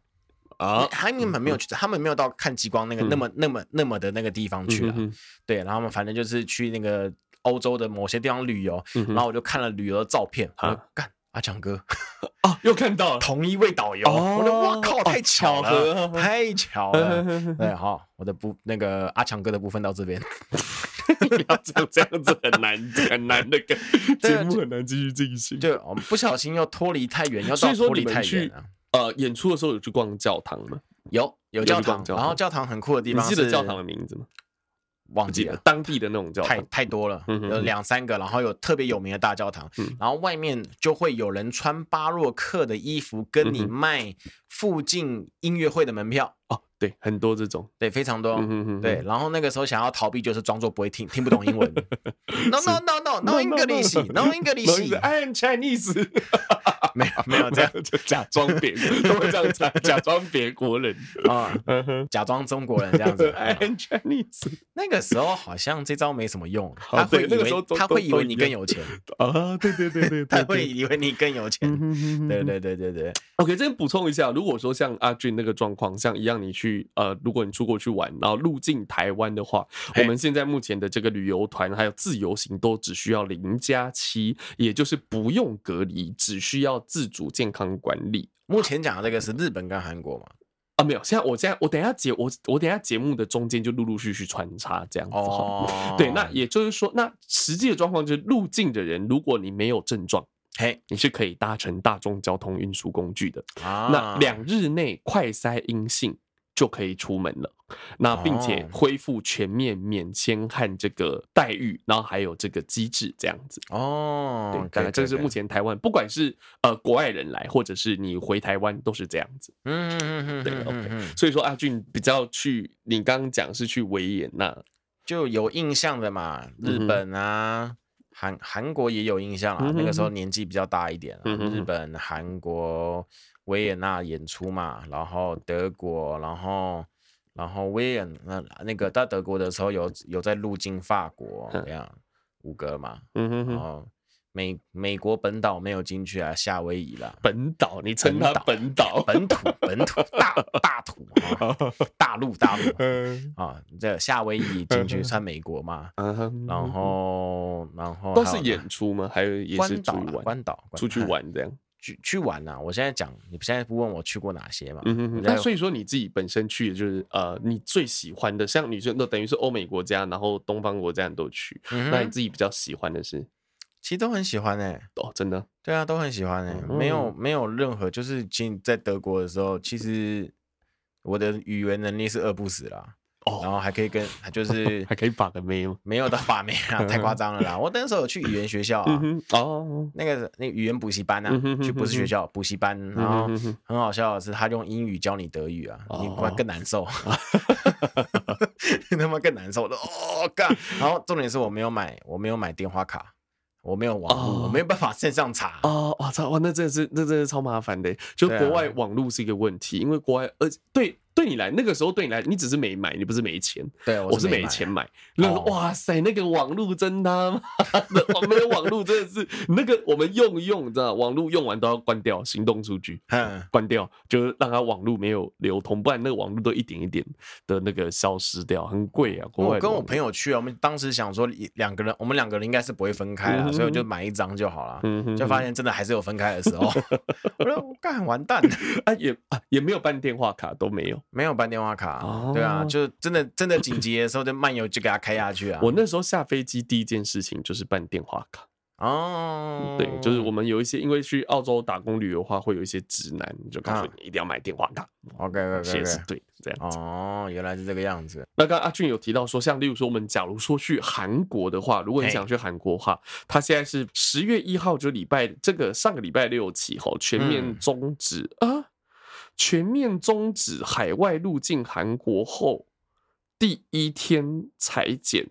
Speaker 1: 啊，嗯
Speaker 2: 他们没有去，他们没有到看极光那个、那么那么那么的那个地方去了。
Speaker 1: 嗯哼
Speaker 2: 对，然后他们反正就是去那个欧洲的某些地方旅游，
Speaker 1: 嗯哼
Speaker 2: 然后我就看了旅游的照片，我就干阿强哥
Speaker 1: 啊，又看到 了。
Speaker 2: 同一位导游，
Speaker 1: 哦
Speaker 2: 我就哇靠，
Speaker 1: 哦
Speaker 2: 太巧
Speaker 1: 巧
Speaker 2: 了，
Speaker 1: 合嗯
Speaker 2: 太巧了。
Speaker 1: 啊
Speaker 2: 对，好，我的部那个阿强哥的部分到这边，
Speaker 1: 要这样这样子很难很难的 跟
Speaker 2: 对
Speaker 1: 节
Speaker 2: 啊
Speaker 1: 目很难继续进行。
Speaker 2: 就我们不小心又脱离太远，又
Speaker 1: 所
Speaker 2: 到
Speaker 1: 以说
Speaker 2: 脱离
Speaker 1: 你
Speaker 2: 太
Speaker 1: 们
Speaker 2: 远
Speaker 1: 去
Speaker 2: 了。
Speaker 1: 呃演出的时候有去逛教堂吗？
Speaker 2: 有有
Speaker 1: 有
Speaker 2: 教
Speaker 1: 去逛
Speaker 2: 堂，
Speaker 1: 教
Speaker 2: 然后
Speaker 1: 堂
Speaker 2: 教堂很酷的地
Speaker 1: 你
Speaker 2: 方
Speaker 1: 记
Speaker 2: 是
Speaker 1: 得教堂的名字吗？
Speaker 2: 忘
Speaker 1: 不
Speaker 2: 记
Speaker 1: 记得
Speaker 2: 了。
Speaker 1: 当地的那种教
Speaker 2: 太
Speaker 1: 堂。
Speaker 2: 太多了，
Speaker 1: 嗯哼
Speaker 2: 有
Speaker 1: 哼
Speaker 2: 两三个，然后有特别有名的大教堂，
Speaker 1: 嗯
Speaker 2: 然后外面就会有人穿巴洛克的衣服跟你
Speaker 1: 嗯哼
Speaker 2: 卖附近音乐会的门票，
Speaker 1: 哦，对，很多这种。
Speaker 2: 对，非常多。
Speaker 1: 嗯哼哼，
Speaker 2: 对，然后那个时候想要逃避，就是装作不会听听不懂 英文。No no no no no English no English，
Speaker 1: I am 哎 Chinese，
Speaker 2: 没有没有
Speaker 1: 哦
Speaker 2: 这 样
Speaker 1: 就假装别都会这样假假装别国人。
Speaker 2: 啊，
Speaker 1: 嗯哼哎
Speaker 2: 假装中国人这 样子。哎
Speaker 1: I am Chinese
Speaker 2: 那个时候好像这招没什么用，
Speaker 1: 好
Speaker 2: 他
Speaker 1: 哦
Speaker 2: 会
Speaker 1: 对
Speaker 2: 以
Speaker 1: 那个时候
Speaker 2: 为
Speaker 1: 都
Speaker 2: 他会
Speaker 1: 都
Speaker 2: 以为
Speaker 1: 都
Speaker 2: 你
Speaker 1: 一
Speaker 2: 更
Speaker 1: 样
Speaker 2: 有钱，
Speaker 1: 啊，对对对对，
Speaker 2: 他
Speaker 1: 对
Speaker 2: 会
Speaker 1: 对。
Speaker 2: 以为你更有
Speaker 1: 嗯
Speaker 2: 钱。
Speaker 1: 哼哼哼
Speaker 2: 对对对对对，
Speaker 1: OK，这边补充一下，如果说像阿俊那个状况，像一样你去呃，如果你出国去玩，然后入境台湾的话，
Speaker 2: 嘿
Speaker 1: 我们现在目前的这个旅游团还有自由行都只需要零加七，也就是不用隔离，只需要自主健康管理。
Speaker 2: 目前讲的这个是日本跟韩国嘛？
Speaker 1: 啊，没有，现在我现在我等一下节我我等一下节目的中间就陆陆续续穿插这样子哈。
Speaker 2: 哦，
Speaker 1: 对，那也就是说，那实际的状况就是入境的人，如果你没有症状，
Speaker 2: 嘿，
Speaker 1: 你是可以搭乘大众交通运输工具的。
Speaker 2: 啊
Speaker 1: 那两日内快筛阴性就可以出门了，那并且
Speaker 2: 哦
Speaker 1: 恢复全面免签和这个待遇，然后还有这个机制这样子。
Speaker 2: 哦，
Speaker 1: 对，
Speaker 2: 可
Speaker 1: 大
Speaker 2: 以
Speaker 1: 概这是目，前台湾，不管是呃国外人来，或者是你回台湾，都是这样子。
Speaker 2: 可以嗯嗯嗯，
Speaker 1: 对
Speaker 2: 嗯
Speaker 1: ，OK
Speaker 2: 嗯嗯
Speaker 1: 所以说阿俊比较去，你刚刚讲是去维也纳，
Speaker 2: 就有印象的嘛，日
Speaker 1: 嗯哼
Speaker 2: 本啊。韩韩国也有印象啊，
Speaker 1: 嗯哼
Speaker 2: 那个时候
Speaker 1: 哼
Speaker 2: 年纪比较大一点啊，
Speaker 1: 嗯哼
Speaker 2: 日
Speaker 1: 哼
Speaker 2: 本、韩国、维也纳演出嘛，然后德国，然后然后维也纳那个到德国的时候有有在入境法国
Speaker 1: 嗯
Speaker 2: 这样五个嘛，
Speaker 1: 嗯哼
Speaker 2: 然
Speaker 1: 哼，
Speaker 2: 后哦美美国本岛没有进去啊，夏威夷啦，
Speaker 1: 本岛，你称它本岛，
Speaker 2: 本土本土 大大土 啊，大陆大陆
Speaker 1: 嗯
Speaker 2: 啊，这夏威夷进去算美国嘛？
Speaker 1: 嗯
Speaker 2: 然后然后
Speaker 1: 都
Speaker 2: 还
Speaker 1: 是
Speaker 2: 有
Speaker 1: 演出吗？还有也是
Speaker 2: 关
Speaker 1: 出
Speaker 2: 岛
Speaker 1: 去
Speaker 2: 啦，
Speaker 1: 玩，
Speaker 2: 关岛
Speaker 1: 出去玩这样。
Speaker 2: 去去玩呐！我现在讲，你现在不问我去过哪些嘛？
Speaker 1: 嗯哼哼，
Speaker 2: 我在
Speaker 1: 那所以说你自己本身去的就是呃，你最喜欢的，像女生都等于是欧美国家，然后东方国家你都去，
Speaker 2: 嗯哼
Speaker 1: 那你自己比较喜欢的是
Speaker 2: 其实都很喜欢哎，
Speaker 1: 哦，真的，
Speaker 2: 对啊，都很喜欢哎，
Speaker 1: 嗯
Speaker 2: 没有没有任何就是进在德国的时候，其实我的语言能力是饿不死啦，然
Speaker 1: 哦，
Speaker 2: 后还可以跟就 是
Speaker 1: 还可以把个妹吗？
Speaker 2: 没有到把妹 啊，太夸张了啦！我那时候有去语言学校啊
Speaker 1: 嗯，哼，哦，
Speaker 2: 那个那个语言补习班啊
Speaker 1: 嗯哼，哼
Speaker 2: 去不是
Speaker 1: 哼
Speaker 2: 学
Speaker 1: 哼
Speaker 2: 校补习班，然后
Speaker 1: 嗯哼哼
Speaker 2: 很好笑的是，他用英语教你德语啊，你他妈
Speaker 1: 哦
Speaker 2: 更难 受，你他妈更难受的哦，干！然后重点是我没有买，我没有买电话卡，我没有网络，
Speaker 1: 哦
Speaker 2: 我没有办法线上查。
Speaker 1: 哦，我操，哇，那真的是，那真的是超麻烦的。欸就
Speaker 2: 对啊
Speaker 1: 国外网络是一个问题，因为国外，呃，对，对你来那个时候对你来，你只是没买，你不是没钱，
Speaker 2: 对，
Speaker 1: 我
Speaker 2: 哦是
Speaker 1: 是没
Speaker 2: 买
Speaker 1: 钱。买。那个
Speaker 2: 哦
Speaker 1: 哇塞，那个网络真他妈的，我们的网络真的是那个，我们用一用， 你知道，网络用完都要关掉，行动数据。
Speaker 2: 嗯，
Speaker 1: 关掉，就是让它网络没有流通，不然那个网络都一点一点的那个消失掉，很贵啊。国
Speaker 2: 我
Speaker 1: 外
Speaker 2: 哦跟我
Speaker 1: 网
Speaker 2: 朋友去啊，我们当时想说两个人，我们两个人应该是不会分开
Speaker 1: 嗯
Speaker 2: 啊，
Speaker 1: 哼
Speaker 2: 所以我就买一张就好了。
Speaker 1: 嗯哼
Speaker 2: 就发现真的还是有分开的时候，我说我干完蛋，
Speaker 1: 啊也啊也没有办电话卡都没有。
Speaker 2: 没有办电话卡
Speaker 1: 哦，
Speaker 2: 对啊，就真的真的紧急的时候就漫游就给他开下去啊。
Speaker 1: 我那时候下飞机第一件事情就是办电话卡，
Speaker 2: 哦，
Speaker 1: 对，就是我们有一些因为去澳洲打工旅游的话，会有一些指南，就告诉
Speaker 2: 啊
Speaker 1: 你一定要买电话卡，
Speaker 2: OK OK
Speaker 1: 写
Speaker 2: OK，
Speaker 1: 是对的这样子。
Speaker 2: 哦，原来是这个样子。
Speaker 1: 那刚刚阿俊有提到说，像例如说我们假如说去韩国的话，如果你
Speaker 2: 嘿
Speaker 1: 想去韩国的话，它现在是十月一号就礼拜这个上个礼拜六起吼，全面
Speaker 2: 嗯
Speaker 1: 终止、啊，全面终止海外入境韩国后第一天裁剪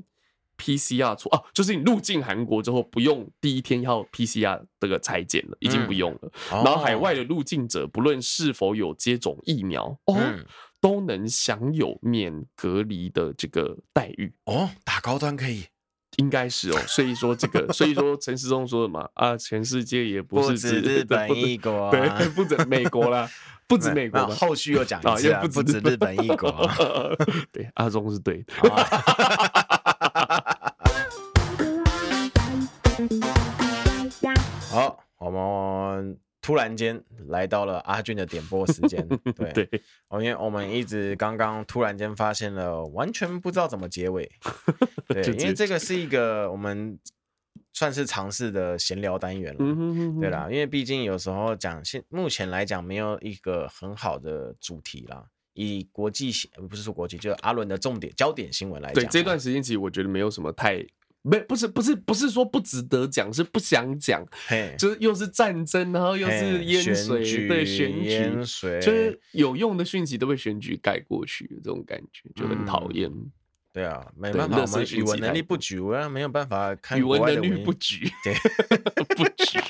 Speaker 1: PCR 出啊，就是你入境韩国之后不用第一天要 PCR 这个裁剪了，已经不
Speaker 2: 嗯哦
Speaker 1: 用了。
Speaker 2: 然
Speaker 1: 然后海外的入境者不论是否有接种疫苗哦。
Speaker 2: 嗯
Speaker 1: 都能享有免隔离的这个待遇，
Speaker 2: 哦，打高端可以，
Speaker 1: 应该是哦。所以说这个，所以说陈世忠说的嘛，啊，全世界也不
Speaker 2: 不
Speaker 1: 是
Speaker 2: 止日本一国啊，
Speaker 1: 不对，不止美国啦，不止美国
Speaker 2: 没有
Speaker 1: 吧。
Speaker 2: 后续又讲
Speaker 1: 啊，
Speaker 2: 一次
Speaker 1: 也
Speaker 2: 啊，
Speaker 1: 不
Speaker 2: 不止日本一国啊。
Speaker 1: 对，阿忠是对的。
Speaker 2: 啊好，我们突然间来到了阿俊的点播时 间，对，
Speaker 1: 对，
Speaker 2: 哦，因为我们一直刚刚突然间发现了，完全不知道怎么结 尾，对，
Speaker 1: 就直
Speaker 2: 因为这个是一个我们算是尝试的闲聊单元了。
Speaker 1: 嗯哼哼哼
Speaker 2: 对啦，，因为毕竟有时候讲现目前来讲没有一个很好的主题啦。以国际新呃不是说国际，就是阿伦的重点焦点新闻来讲
Speaker 1: 对
Speaker 2: 啦，
Speaker 1: 这段时间其实我觉得没有什么太。没不是不是不是说不值得讲，是不想讲，
Speaker 2: 嘿
Speaker 1: 就是又是战争，然后又是
Speaker 2: 嘿
Speaker 1: 淹
Speaker 2: 选
Speaker 1: 水，
Speaker 2: 举
Speaker 1: 对选举
Speaker 2: 淹水，
Speaker 1: 就是有用的讯息都被选举盖过去，这种感觉就很
Speaker 2: 嗯
Speaker 1: 讨厌。
Speaker 2: 对啊，没
Speaker 1: 对
Speaker 2: 办法，
Speaker 1: 垃
Speaker 2: 我
Speaker 1: 圾
Speaker 2: 们
Speaker 1: 讯
Speaker 2: 语文
Speaker 1: 息
Speaker 2: 能
Speaker 1: 太
Speaker 2: 力不
Speaker 1: 多
Speaker 2: 足啊，没有办法看
Speaker 1: 语
Speaker 2: 国
Speaker 1: 文
Speaker 2: 外
Speaker 1: 能
Speaker 2: 的
Speaker 1: 力
Speaker 2: 文
Speaker 1: 不举，
Speaker 2: 对，
Speaker 1: 不举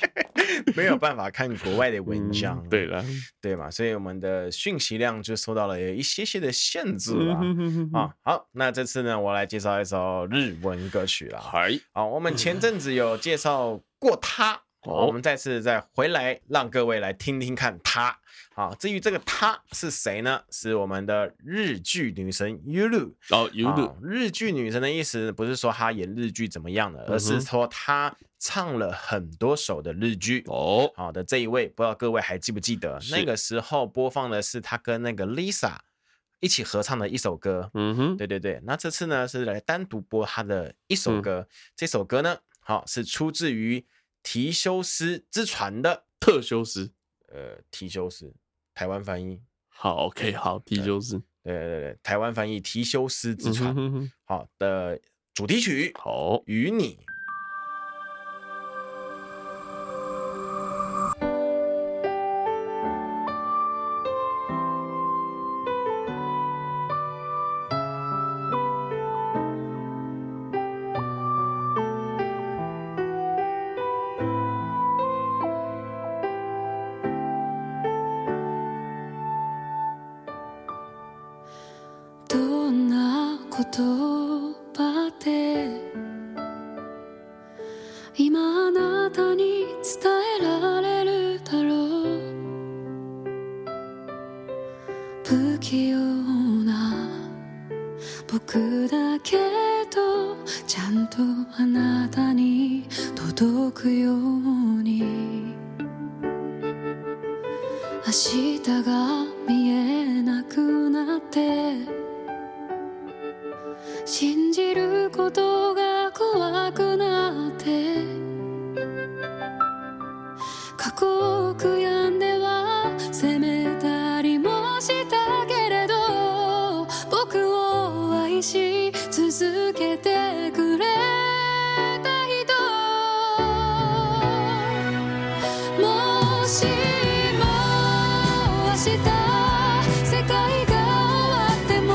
Speaker 2: 没有办法看国外的 文章，
Speaker 1: 嗯对了，
Speaker 2: 对嘛，所以我们的讯息量就受到了一些些的限制
Speaker 1: 嗯
Speaker 2: 啦。
Speaker 1: 哼哼哼哼，
Speaker 2: 啊，好，那这次呢，我来介绍一首日文歌曲啦。
Speaker 1: 嗨，
Speaker 2: 好，我们前阵子有介绍过他，
Speaker 1: 哦
Speaker 2: 好我们再次再回来让各位来听听看他。好，至于这个他是谁呢？是我们的日剧女神 Yuru。
Speaker 1: 哦，有
Speaker 2: 啊
Speaker 1: 的，
Speaker 2: 日剧女神的意思不是说她演日剧怎么样的，而
Speaker 1: 嗯
Speaker 2: 是
Speaker 1: 哼
Speaker 2: 说她唱了很多首的日剧。
Speaker 1: 哦，
Speaker 2: 好的，这一位不知道各位还记不记得，
Speaker 1: 是
Speaker 2: 那个时候播放的是她跟那个 Lisa 一起合唱的一首歌。
Speaker 1: 嗯哼，
Speaker 2: 对对对，那这次呢是来单独播他的一首
Speaker 1: 嗯
Speaker 2: 歌，这首歌呢，好是出自于提修斯之船的，
Speaker 1: 特修斯，
Speaker 2: 呃，提修斯，台湾翻译，
Speaker 1: 好，OK，好，第九斯
Speaker 2: 对对对，台湾翻译提修斯之
Speaker 1: 嗯
Speaker 2: 船，
Speaker 1: 哼哼哼
Speaker 2: 好的主题曲《
Speaker 1: 好，
Speaker 2: 与你》。
Speaker 3: どんな言葉で今あなたに伝えられるだろう不器用な僕だけどちゃんとあなたに届くように明日が見えなくなって信じることが怖くなって過去を悔やんでは責めたりもしたけれど僕を愛し続けてくれた人もしも明日世界が終わっても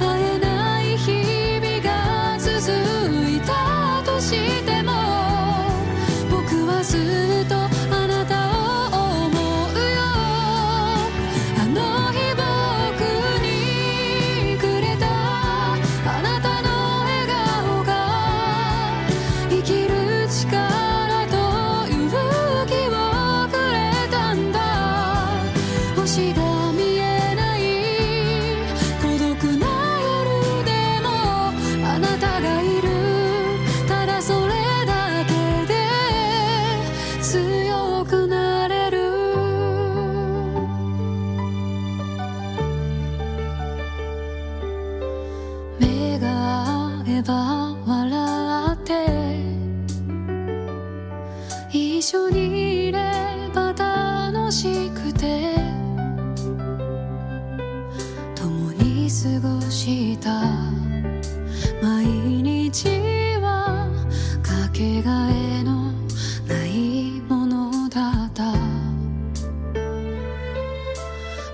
Speaker 3: 会えない日々が続いたとして目が合えば笑って一緒にいれば楽しくて共に過ごした毎日はかけがえのないものだった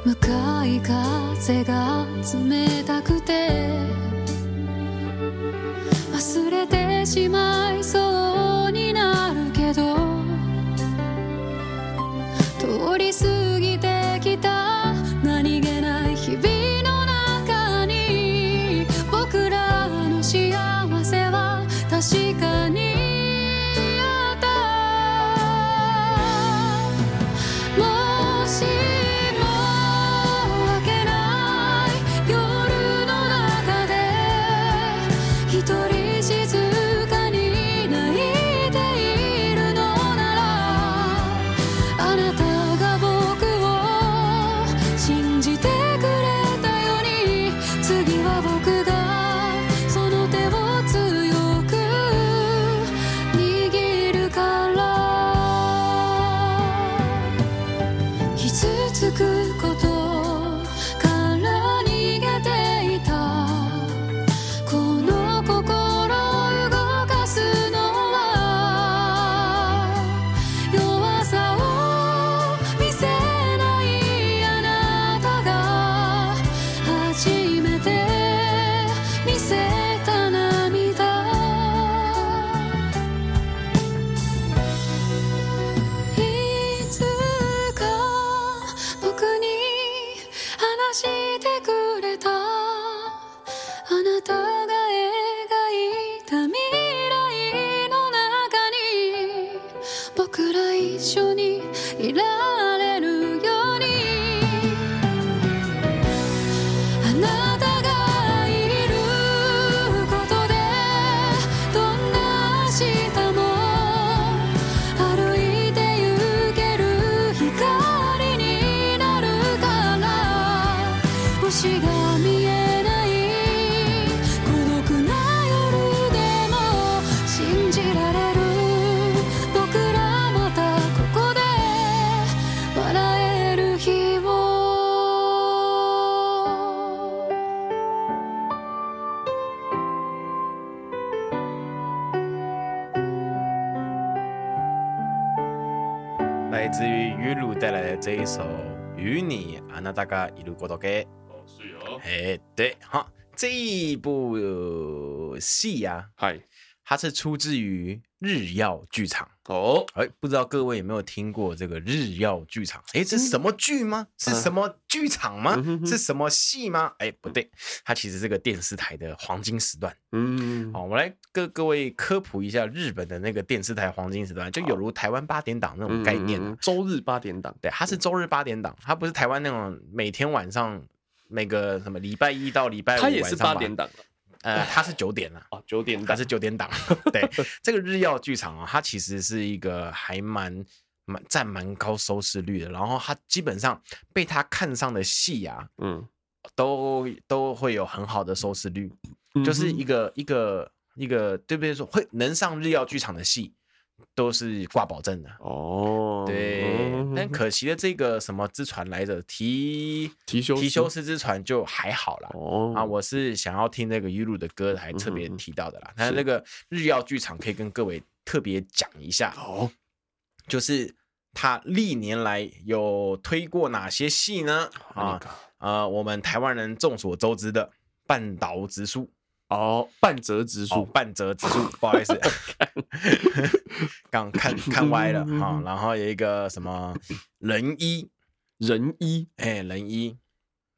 Speaker 3: 向かい風が冷たくて忘れてしまいそうになるけど通り過ぎてきた何気ない日々の中に僕らの幸せは確かにあった「もしも明けない夜の中で」「一人静かに泣いているのなら」「あなたが僕を信じてくれたように」「次は僕がその手を強く握るから」傷つくことから逃げていたこの心を動かすのは弱さを見せないあなたが初めて見せた涙「いつか僕に話してくれた」「あなたが描いた未来の中に僕ら一緒にいられるように」あなたがいることでどんな明日も歩いて行ける光になるから星が見えない孤独な夜でも信じられる僕らまたここで笑える日を
Speaker 2: 来自于于鲁带来的这一首《与你》，啊，那大概一路过到给，
Speaker 1: 哦，是哦，
Speaker 2: 哎，对，哈，这一部、呃戏啊，
Speaker 1: 嗨，
Speaker 2: 它是出自于日曜剧场。
Speaker 1: 哦，
Speaker 2: 哎，不知道各位有没有听过这个日曜剧场？哎，这是什么剧吗？是什么剧场吗
Speaker 1: 嗯哼？哼
Speaker 2: 是什么戏吗？哎，不对，它其实是个电视台的黄金时段。
Speaker 1: 嗯，
Speaker 2: 好，我们来各各位科普一下日本的那个电视台黄金时段，就有如台湾八点档那
Speaker 1: 嗯，
Speaker 2: 种概念啊
Speaker 1: 嗯嗯周日八点档，
Speaker 2: 对，它是周日八点档，它不是台湾那种每天晚上每个什么礼拜一到礼拜五
Speaker 1: 它也是
Speaker 2: 晚上
Speaker 1: 八
Speaker 2: 吧
Speaker 1: 点，档了
Speaker 2: 呃，它是九点了。
Speaker 1: 哦，九点
Speaker 2: 它
Speaker 1: 档
Speaker 2: 是九 点档。对，这个日曜剧场啊，它其实是一个还蛮蛮占蛮高收视率的，然后它基本上被他看上的戏啊，
Speaker 1: 嗯，
Speaker 2: 都都会有很好的收视率，
Speaker 1: 嗯
Speaker 2: 就是
Speaker 1: 哼
Speaker 2: 一个一个一个，对不对？说会能上日曜剧场的戏，都是挂保证的。
Speaker 1: 哦，
Speaker 2: 对，
Speaker 1: 嗯
Speaker 2: 但可惜的这个什么之船来着，提
Speaker 1: 提修
Speaker 2: 提修
Speaker 1: 斯
Speaker 2: 斯之船就还好啦。
Speaker 1: 哦
Speaker 2: 啊，我是想要听那个 y u u 的歌，还特别
Speaker 1: 嗯哼哼
Speaker 2: 提到的啦。那、
Speaker 1: 是
Speaker 2: 那个日曜剧场可以跟各位特别讲一下，
Speaker 1: 哦，
Speaker 2: 就是他历年来有推过哪些戏呢？
Speaker 1: 啊
Speaker 2: 啊，，呃，我们台湾人众所周知的半岛直树，
Speaker 1: 哦，半泽直
Speaker 2: 哦，
Speaker 1: 树，
Speaker 2: 半泽直 树，不好意思，刚看看歪了啊。然后有一个什么仁一，
Speaker 1: 仁一
Speaker 2: 哎，仁一，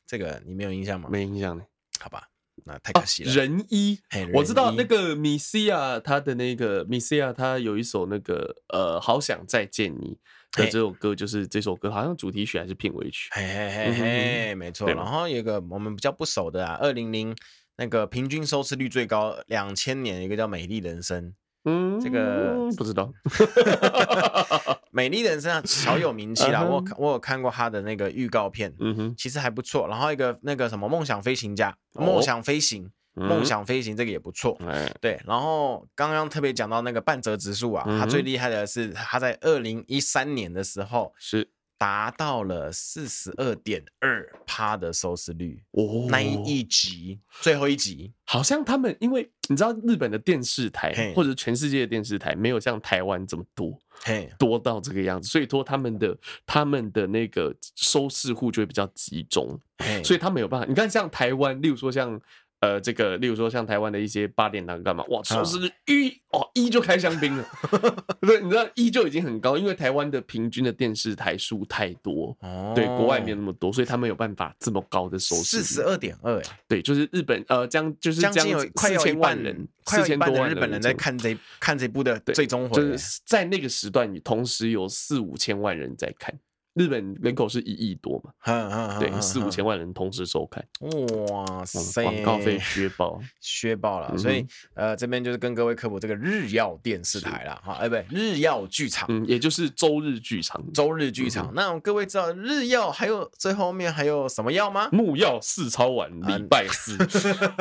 Speaker 2: 这个你没有印象吗？
Speaker 1: 没印象呢，
Speaker 2: 好吧，那太
Speaker 1: 啊
Speaker 2: 可惜，了。
Speaker 1: 仁一
Speaker 2: 嘿仁。
Speaker 1: 我知道
Speaker 2: 一
Speaker 1: 那个米西亚，他的那个米西亚，他有一首那个呃，好想再见你的
Speaker 2: 嘿
Speaker 1: 这首歌，就是这首歌好像主题曲还是片尾曲，
Speaker 2: 嘿嘿嘿嘿，没错。
Speaker 1: 嗯对
Speaker 2: 然
Speaker 1: 吗
Speaker 2: 后有一个我们比较不熟的啊，二零零那个平均收视率最高，两千年有一个叫《美丽人生
Speaker 1: 嗯，
Speaker 2: 这个
Speaker 1: 不知 道，》，
Speaker 2: 《美丽人生》啊，小有名气啦。
Speaker 1: 嗯哼
Speaker 2: 我有看我有看过他的那个预告片，
Speaker 1: 嗯哼，
Speaker 2: 其实还不错。然后一个那个什么《梦想飞行家》，
Speaker 1: 哦
Speaker 2: 梦想飞行梦想飞行》这个也不错。
Speaker 1: 哎，
Speaker 2: 对，然后刚刚特别讲到那个半泽直树啊，他最
Speaker 1: 嗯哼
Speaker 2: 厉害的是他在二零一三年的时候
Speaker 1: 是
Speaker 2: 达到了四十二点二趴的收视率，
Speaker 1: 哦
Speaker 2: 那一一集最后一集，
Speaker 1: 好像他们因为你知道日本的电视台
Speaker 2: 嘿
Speaker 1: 或者全世界的电视台没有像台湾这么多
Speaker 2: 嘿，
Speaker 1: 多到这个样子，所以说他们的他们的那个收视户就会比较集中，
Speaker 2: 嘿
Speaker 1: 所以他们有办法。你看像台湾，例如说像。呃，这个，例如说像台湾的一些八点档干嘛，哇，
Speaker 2: 嗯
Speaker 1: 收视率一、哦一就开香槟了， 对，你知道一就已经很高，因为台湾的平均的电视台数太多，
Speaker 2: 哦
Speaker 1: 对，国外没有那么多，所以他们有办法这么高的收视
Speaker 2: 四
Speaker 1: 率。
Speaker 2: 十二点二，哎，
Speaker 1: 对，就是日本呃，将就是
Speaker 2: 将
Speaker 1: 将
Speaker 2: 近有快要一
Speaker 1: 千万
Speaker 2: 半
Speaker 1: 人，
Speaker 2: 快要一
Speaker 1: 4000
Speaker 2: 半
Speaker 1: 多
Speaker 2: 的
Speaker 1: 万
Speaker 2: 日本人在，看这看这部的
Speaker 1: 对
Speaker 2: 最终回
Speaker 1: 就，是在那个时段，你同时有四五千万人在看。日本人口是一亿多嘛，
Speaker 2: 嗯嗯
Speaker 1: 对，四五千
Speaker 2: 万，
Speaker 1: 万人同时收看，
Speaker 2: 哇
Speaker 1: 嗯
Speaker 2: 塞，
Speaker 1: 广告费削爆。
Speaker 2: 削爆了，
Speaker 1: 嗯哼
Speaker 2: 所以呃，这边就是跟各位科普这个日曜电视台啦，哈，哎，不对，日曜剧场。
Speaker 1: 嗯，也就是周日剧场
Speaker 2: 周日剧场，那各位知道日曜还有最后面还有什么曜吗？
Speaker 1: 木曜四超晚，
Speaker 2: 嗯
Speaker 1: 礼拜四。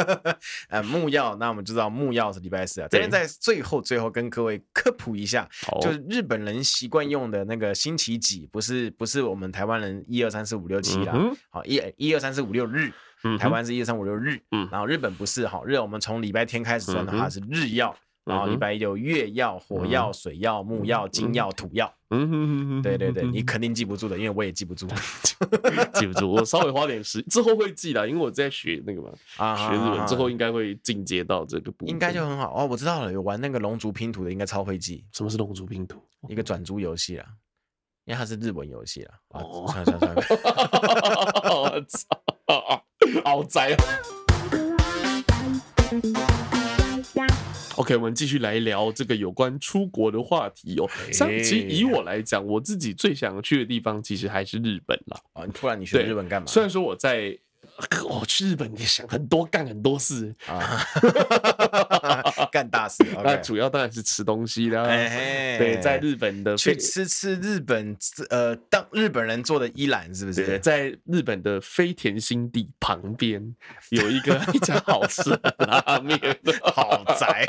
Speaker 2: 呃，木曜，那我们就知道木曜是礼拜四啊。这边
Speaker 1: 对哦
Speaker 2: 在最后最后跟各位科普一下，
Speaker 1: 好，
Speaker 2: 就是日本人习惯用的那个星期几，不是不是我们台湾人一二三四五六七啦
Speaker 1: 嗯哼，
Speaker 2: 好一一二三四五六日，
Speaker 1: 嗯哼
Speaker 2: 台湾是一二三五六日，
Speaker 1: 嗯
Speaker 2: 然后日本不是哈，日本我们从礼拜天开始算的
Speaker 1: 嗯
Speaker 2: 话
Speaker 1: 哼
Speaker 2: 是日曜，然
Speaker 1: 嗯
Speaker 2: 后
Speaker 1: 哼
Speaker 2: 礼哦拜一有月曜、火曜、水曜、木曜、金曜、土曜，
Speaker 1: 嗯哼哼哼
Speaker 2: 对对对，
Speaker 1: 哼
Speaker 2: 你
Speaker 1: 哼
Speaker 2: 肯定记不住的，因为我也记不住
Speaker 1: 记不住，我稍微花点时，之后会记的，因为我在学那个嘛，
Speaker 2: 啊
Speaker 1: 学日文之后应该会进阶到这个部分。
Speaker 2: 应该就很好哦，我知道了，有玩那个龙族拼图的应该超会记，
Speaker 1: 什么是龙族拼图？
Speaker 2: 一个转租游戏啦。因为它是日文游戏啦，啊
Speaker 1: 哦，
Speaker 2: 算了算了算 了，
Speaker 1: 我操，好宅哦。OK，我们继续来聊这个有关出国的话题哦。
Speaker 2: 哎
Speaker 1: 上期以我来讲，我自己最想去的地方其实还是日本啦。
Speaker 2: 啊，你突然你学
Speaker 1: 对
Speaker 2: 日文干嘛？
Speaker 1: 虽然说我在。呃我、去日本也想很多干很多事，
Speaker 2: 啊，干大事。
Speaker 1: 那
Speaker 2: OK，
Speaker 1: 主要当然是吃东西啦。
Speaker 2: 哎嘿
Speaker 1: 对，在日本的
Speaker 2: 去
Speaker 1: 非
Speaker 2: 吃吃日本呃，当日本人做的伊兰是不
Speaker 1: 对，
Speaker 2: 是？
Speaker 1: 在日本的飞田新地旁边有一个 一家好吃的拉面，
Speaker 2: 好 宅，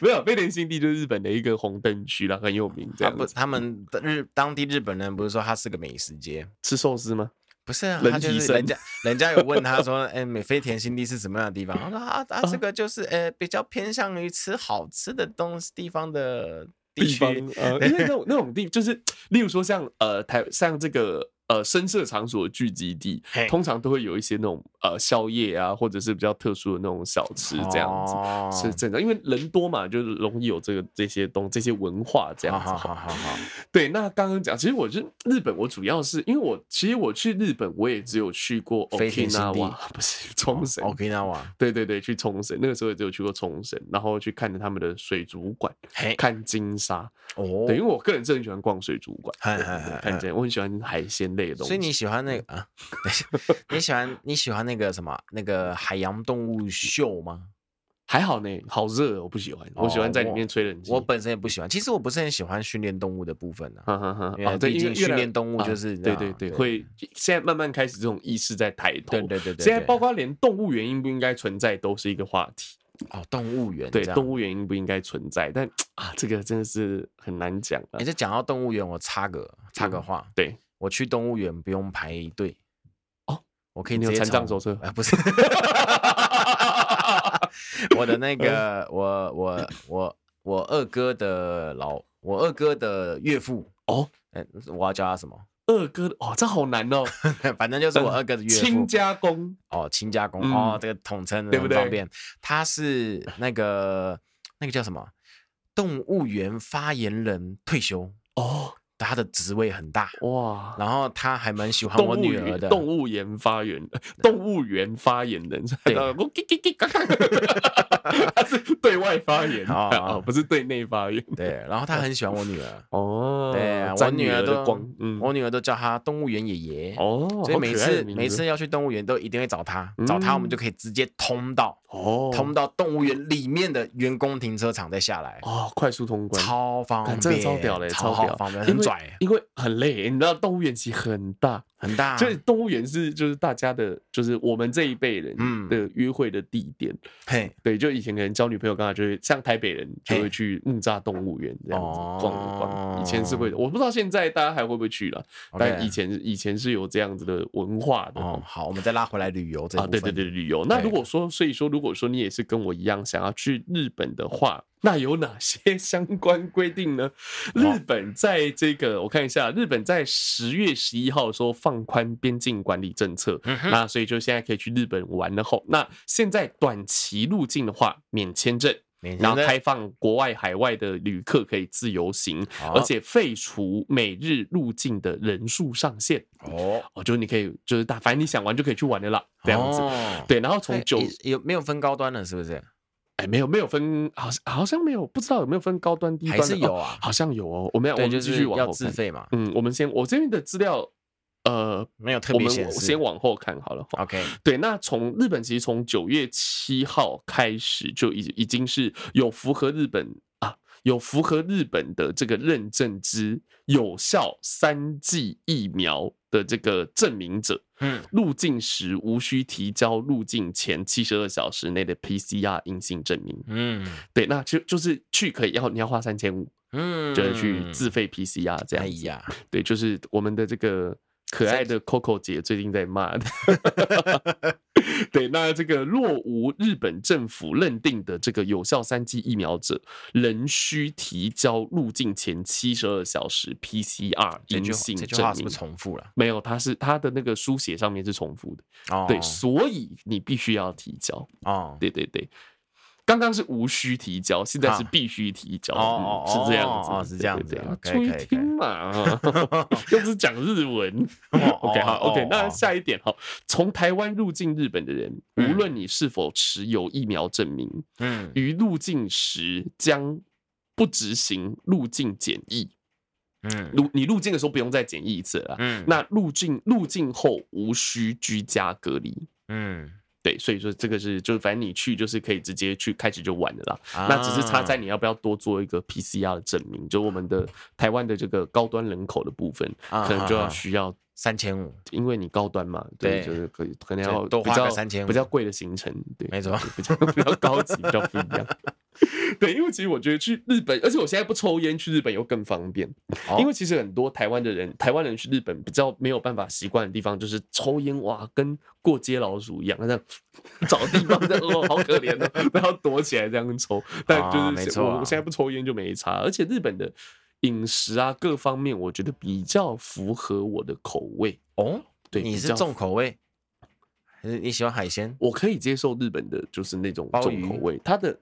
Speaker 1: 没有飞田新地就是日本的一个红灯区啦，很有名。这
Speaker 2: 他
Speaker 1: 样
Speaker 2: 啊不，
Speaker 1: 子
Speaker 2: 他们的日当地日本人不是说他是个美食街？
Speaker 1: 吃寿司吗？
Speaker 2: 不是啊，
Speaker 1: 人
Speaker 2: 他就
Speaker 1: 体
Speaker 2: 是
Speaker 1: 生
Speaker 2: 人家人家有问他说，哎，美菲田新地是什么样的地方？他说啊啊，这个就是呃比较偏向于吃好吃的东西地方的地
Speaker 1: 地方
Speaker 2: 区。
Speaker 1: 呃，因为那种那种地，就是例如说像呃台像这个呃深色场所聚集地
Speaker 2: 嘿，
Speaker 1: 通常都会有一些那种呃宵夜啊，或者是比较特殊的那种小吃这样子。
Speaker 2: 哦
Speaker 1: 是正常，因为人多嘛，就是容易有这个这些东这些文化这样
Speaker 2: 好
Speaker 1: 子。
Speaker 2: 好好好好，
Speaker 1: 对，那刚刚讲，其实我是日本，我主要是因为我其实我去日本，我也只有去过
Speaker 2: 飞行新地哦
Speaker 1: Okinawa，不是冲绳。
Speaker 2: ，Okinawa，
Speaker 1: 对对对，去冲绳，那个时候也只有去过冲绳，然后去看了他们的水族馆，
Speaker 2: 嘿，
Speaker 1: 看金沙。
Speaker 2: 哦
Speaker 1: 对，因为我个人是很喜欢逛水族馆，
Speaker 2: 嗨
Speaker 1: 对
Speaker 2: 嗨
Speaker 1: 对对
Speaker 2: 嗨
Speaker 1: 看
Speaker 2: 嗨
Speaker 1: 这些，我很喜欢海鲜类的东西。
Speaker 2: 所以你喜欢那个啊？等一下你喜欢你喜欢那个什么那个海洋动物秀吗？
Speaker 1: 还好呢，好热哦，我不喜欢，我喜欢在里面吹冷气。
Speaker 2: 我本身也不喜欢，其实我不是很喜欢训练动物的部分啊。
Speaker 1: 哈哈哈，
Speaker 2: 因为
Speaker 1: 啊，对，
Speaker 2: 毕
Speaker 1: 因为
Speaker 2: 竟
Speaker 1: 越
Speaker 2: 训
Speaker 1: 来
Speaker 2: 练动物
Speaker 1: 啊
Speaker 2: 就是这
Speaker 1: 对
Speaker 2: 样
Speaker 1: 对对，
Speaker 2: 对
Speaker 1: 会现在慢慢开始这种意识在抬头。
Speaker 2: 对对对对，
Speaker 1: 现在
Speaker 2: 对
Speaker 1: 包括连动物园应不应该存在都是一个话题。
Speaker 2: 哦动物园
Speaker 1: 对，
Speaker 2: 这样
Speaker 1: 动。物园应不应该存在？但啊，这个真的是很难讲了
Speaker 2: 你。这讲到动物园，我插个插个
Speaker 1: 嗯
Speaker 2: 话，
Speaker 1: 对，
Speaker 2: 我去动物园不用排队
Speaker 1: 哦，
Speaker 2: 我可以
Speaker 1: 你有
Speaker 2: 直接
Speaker 1: 残障
Speaker 2: 从
Speaker 1: 手册
Speaker 2: 啊，不是。 我的
Speaker 1: 嗯
Speaker 2: 那个，我我我我二哥的老，我二哥的岳父
Speaker 1: 哦，
Speaker 2: 哎，我要叫他什么？
Speaker 1: 二哥的，哦，这好难哦，
Speaker 2: 反正就是我二哥的岳父，
Speaker 1: 嗯亲家公
Speaker 2: 哦，亲家公、
Speaker 1: 嗯
Speaker 2: 哦，这个统称
Speaker 1: 对不
Speaker 2: 很
Speaker 1: 对
Speaker 2: 方便。他是那个那个叫什么动物园发言人退休，
Speaker 1: 哦，
Speaker 2: 他的职位很大，
Speaker 1: 哇，
Speaker 2: 然后他还蛮喜欢
Speaker 1: 动
Speaker 2: 我
Speaker 1: 物
Speaker 2: 女儿
Speaker 1: 园
Speaker 2: 的。
Speaker 1: 动物园发言，动物园发言人，
Speaker 2: 对
Speaker 1: 然后我叽叽叽嘎嘎他是对外发言
Speaker 2: 啊
Speaker 1: 啊，不是对内发言。
Speaker 2: 对，然后他很喜欢我女儿，
Speaker 1: 哦，
Speaker 2: 对啊我
Speaker 1: 沾
Speaker 2: 女
Speaker 1: 女
Speaker 2: 儿
Speaker 1: 儿的
Speaker 2: 都
Speaker 1: 光，嗯，
Speaker 2: 我女儿都叫他动物园爷爷。
Speaker 1: 哦，
Speaker 2: 所以
Speaker 1: 好
Speaker 2: 每
Speaker 1: 可爱的
Speaker 2: 次
Speaker 1: 名
Speaker 2: 每
Speaker 1: 字嗯
Speaker 2: 次要去动物园都一定会找他，找他我们就可以直接通到
Speaker 1: 哦，
Speaker 2: 通到动物园里面的员工停车场再下来，
Speaker 1: 哦，快速通关，
Speaker 2: 超方
Speaker 1: 干
Speaker 2: 便，
Speaker 1: 真的超屌嘞，
Speaker 2: 超
Speaker 1: 超
Speaker 2: 好
Speaker 1: 屌
Speaker 2: 方便，
Speaker 1: 因
Speaker 2: 很
Speaker 1: 为
Speaker 2: 拽，
Speaker 1: 因为很累，你知道动物园其实很大，
Speaker 2: 很大，
Speaker 1: 所以动物园是就是大家的，就是我们这一辈人
Speaker 2: 嗯
Speaker 1: 的约会的地点。
Speaker 2: 嘿，
Speaker 1: 对，就以前可能交女朋友，刚才就会像台北人就
Speaker 2: 嘿
Speaker 1: 会去木栅动物园这样子
Speaker 2: 哦
Speaker 1: 逛一逛。以前是会的，我不知道现在大家还会不会去了，但
Speaker 2: OK
Speaker 1: 以前以前是有这样子的文化的。
Speaker 2: 哦，好，我们再拉回来旅游这一
Speaker 1: 啊，
Speaker 2: 部
Speaker 1: 对对
Speaker 2: 分
Speaker 1: 对，旅游。那
Speaker 2: 对
Speaker 1: 如果说，所以说，如果说你也是跟我一样想要去日本的话，那有哪些 相关规定呢？
Speaker 2: 哇
Speaker 1: 日本在这个，我看一下，日本在十月十一号的时候放宽边境管理政策，
Speaker 2: 嗯哼，
Speaker 1: 那所以就现在可以去日本玩了后，那现在短期入境的话免签证，
Speaker 2: 免签
Speaker 1: 然后
Speaker 2: 证
Speaker 1: 开放国外海外的旅客可以自由行，
Speaker 2: 好
Speaker 1: 而且废除每日入境的人数上限。
Speaker 2: 哦，
Speaker 1: 哦，就是你可以，就是大，反正你想玩就可以去玩的啦，这样子。
Speaker 2: 哦
Speaker 1: 对，然后从
Speaker 2: 哎
Speaker 1: 九，
Speaker 2: 也有没有分高端了？是不是？
Speaker 1: 哎，没有没有分，好像好像没有，不知道有没有分高端低
Speaker 2: 还
Speaker 1: 端的，
Speaker 2: 是有
Speaker 1: 哦
Speaker 2: 啊
Speaker 1: 好像有哦。我们要我
Speaker 2: 对，
Speaker 1: 们
Speaker 2: 就
Speaker 1: 继续
Speaker 2: 是
Speaker 1: 往
Speaker 2: 要
Speaker 1: 后
Speaker 2: 自
Speaker 1: 看。
Speaker 2: 费嘛，
Speaker 1: 嗯，我们先我这边的资料，呃，
Speaker 2: 没有特
Speaker 1: 我
Speaker 2: 别
Speaker 1: 们
Speaker 2: 显示
Speaker 1: 先。往后看好了。
Speaker 2: OK，
Speaker 1: 对，那从日本其实从九月七号开始就已已经是有符合日本啊，有符合日本的这个认证之有效三剂疫苗的这个证明者，
Speaker 2: 嗯，
Speaker 1: 入境时无需提交入境前七十二小时内的 PCR 阴性证明。
Speaker 2: 嗯
Speaker 1: 对，那就就是去可以要你要花三千五，
Speaker 2: 嗯，
Speaker 1: 就是去自费 PCR 这
Speaker 2: 哎
Speaker 1: 样子。
Speaker 2: 呀，
Speaker 1: 对，就是我们的这个可爱的 Coco 姐最近在骂 的。对，那这个若无日本政府认定的这个有效三剂疫苗者，仍需提交入境前七十二小时 PCR
Speaker 2: 这句
Speaker 1: 阴
Speaker 2: 话
Speaker 1: 性
Speaker 2: 这句
Speaker 1: 证
Speaker 2: 话是
Speaker 1: 明
Speaker 2: 不是。重复了？
Speaker 1: 没有，它是它的那个书写上面是重复的，
Speaker 2: 哦，
Speaker 1: 对，所以你必须要提交。
Speaker 2: 哦，
Speaker 1: 对对对，刚刚是无需提交，现在是
Speaker 2: 啊
Speaker 1: 必须提交，
Speaker 2: 哦
Speaker 1: 嗯
Speaker 2: 哦
Speaker 1: 是这样子，
Speaker 2: 哦哦是这样子
Speaker 1: 对对对
Speaker 2: OK，
Speaker 1: 注意
Speaker 2: 可以
Speaker 1: 听 嘛， 又不是讲日文。
Speaker 2: 哦
Speaker 1: OK，好
Speaker 2: 哦
Speaker 1: ，OK，那
Speaker 2: 哦
Speaker 1: 下一点好，从台湾入境日本的人，无
Speaker 2: 嗯
Speaker 1: 论你是否持有疫苗证明，
Speaker 2: 嗯，
Speaker 1: 于入境时将不执行入境检疫。
Speaker 2: 嗯
Speaker 1: 入你入境的时候不用再检疫一次了啦。
Speaker 2: 嗯
Speaker 1: 那入境入境后无需居家隔离，
Speaker 2: 嗯，
Speaker 1: 对，所以说这个是就是反正你去就是可以直接去开始就玩的啦。
Speaker 2: 啊
Speaker 1: 那只是差在你要不要多做一个 PCR 的证明，就我们的台湾的这个高端人口的部分，
Speaker 2: 啊
Speaker 1: 可能就
Speaker 2: 啊
Speaker 1: 要
Speaker 2: 啊
Speaker 1: 需要，
Speaker 2: 三千五，
Speaker 1: 因为你高端嘛，对，
Speaker 2: 对
Speaker 1: 就是可以可能
Speaker 2: 就
Speaker 1: 要
Speaker 2: 多
Speaker 1: 比
Speaker 2: 花个
Speaker 1: 较
Speaker 2: 3500
Speaker 1: 比较贵的行程，对，
Speaker 2: 没错
Speaker 1: 对比较比较高级，比较不一 样。对，因为其实我觉得去日本，而且我现在不抽烟，去日本又更方便。
Speaker 2: 哦
Speaker 1: 因为其实很多台湾的人，台湾人去日本比较没有办法习惯的地方，就是抽烟哇，跟过街老鼠一样，那样 找地方在哦，好可怜哦， 然后躲起来这样抽。但
Speaker 2: 啊
Speaker 1: 就
Speaker 2: 没
Speaker 1: 是
Speaker 2: 错
Speaker 1: 我、
Speaker 2: 啊
Speaker 1: 我现在不抽烟就没差，而且日本的饮食啊各方面，我觉得比较符合我的口味。
Speaker 2: 哦，
Speaker 1: 对，
Speaker 2: 你
Speaker 1: 比
Speaker 2: 是
Speaker 1: 较
Speaker 2: 重口味，还是你喜欢海鲜？
Speaker 1: 我可以接受日本的，就是那种
Speaker 2: 鲍
Speaker 1: 重
Speaker 2: 鱼
Speaker 1: 口味，它的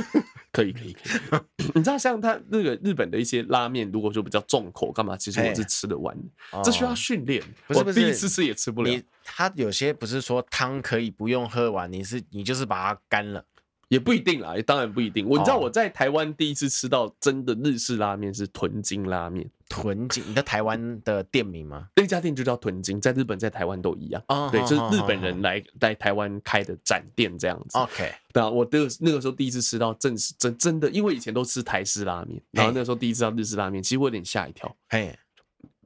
Speaker 1: 可以可以可以。 你知道，像它那个日本的一些拉面，如果说比较重口，干嘛？其实
Speaker 2: 嘿
Speaker 1: 我是吃得完，这需要
Speaker 2: 哎哦
Speaker 1: 训练。
Speaker 2: 不是
Speaker 1: 我
Speaker 2: 不
Speaker 1: 第一
Speaker 2: 是
Speaker 1: 次吃也吃不了
Speaker 2: 你，他有些不是说汤可以不用喝完，你是你就是把它干了。
Speaker 1: 也不一定啦，也当然不一定。我你知道
Speaker 2: 哦
Speaker 1: 我在台湾第一次吃到真的日式拉面是豚筋拉面，
Speaker 2: 豚筋，你在台湾的店名吗？
Speaker 1: 那家店就叫豚筋，在日本在台湾都一样。
Speaker 2: 哦
Speaker 1: 对，
Speaker 2: 好
Speaker 1: 就是
Speaker 2: 好
Speaker 1: 日
Speaker 2: 好
Speaker 1: 本
Speaker 2: 好
Speaker 1: 人来来台湾开的展店这样子。
Speaker 2: OK，
Speaker 1: 那我的那个时候第一次吃到正式真真的，因为以前都吃台式拉面，然
Speaker 2: 哎
Speaker 1: 后那个时候第一次吃到日式拉面，其实我有点吓一跳，
Speaker 2: 嘿，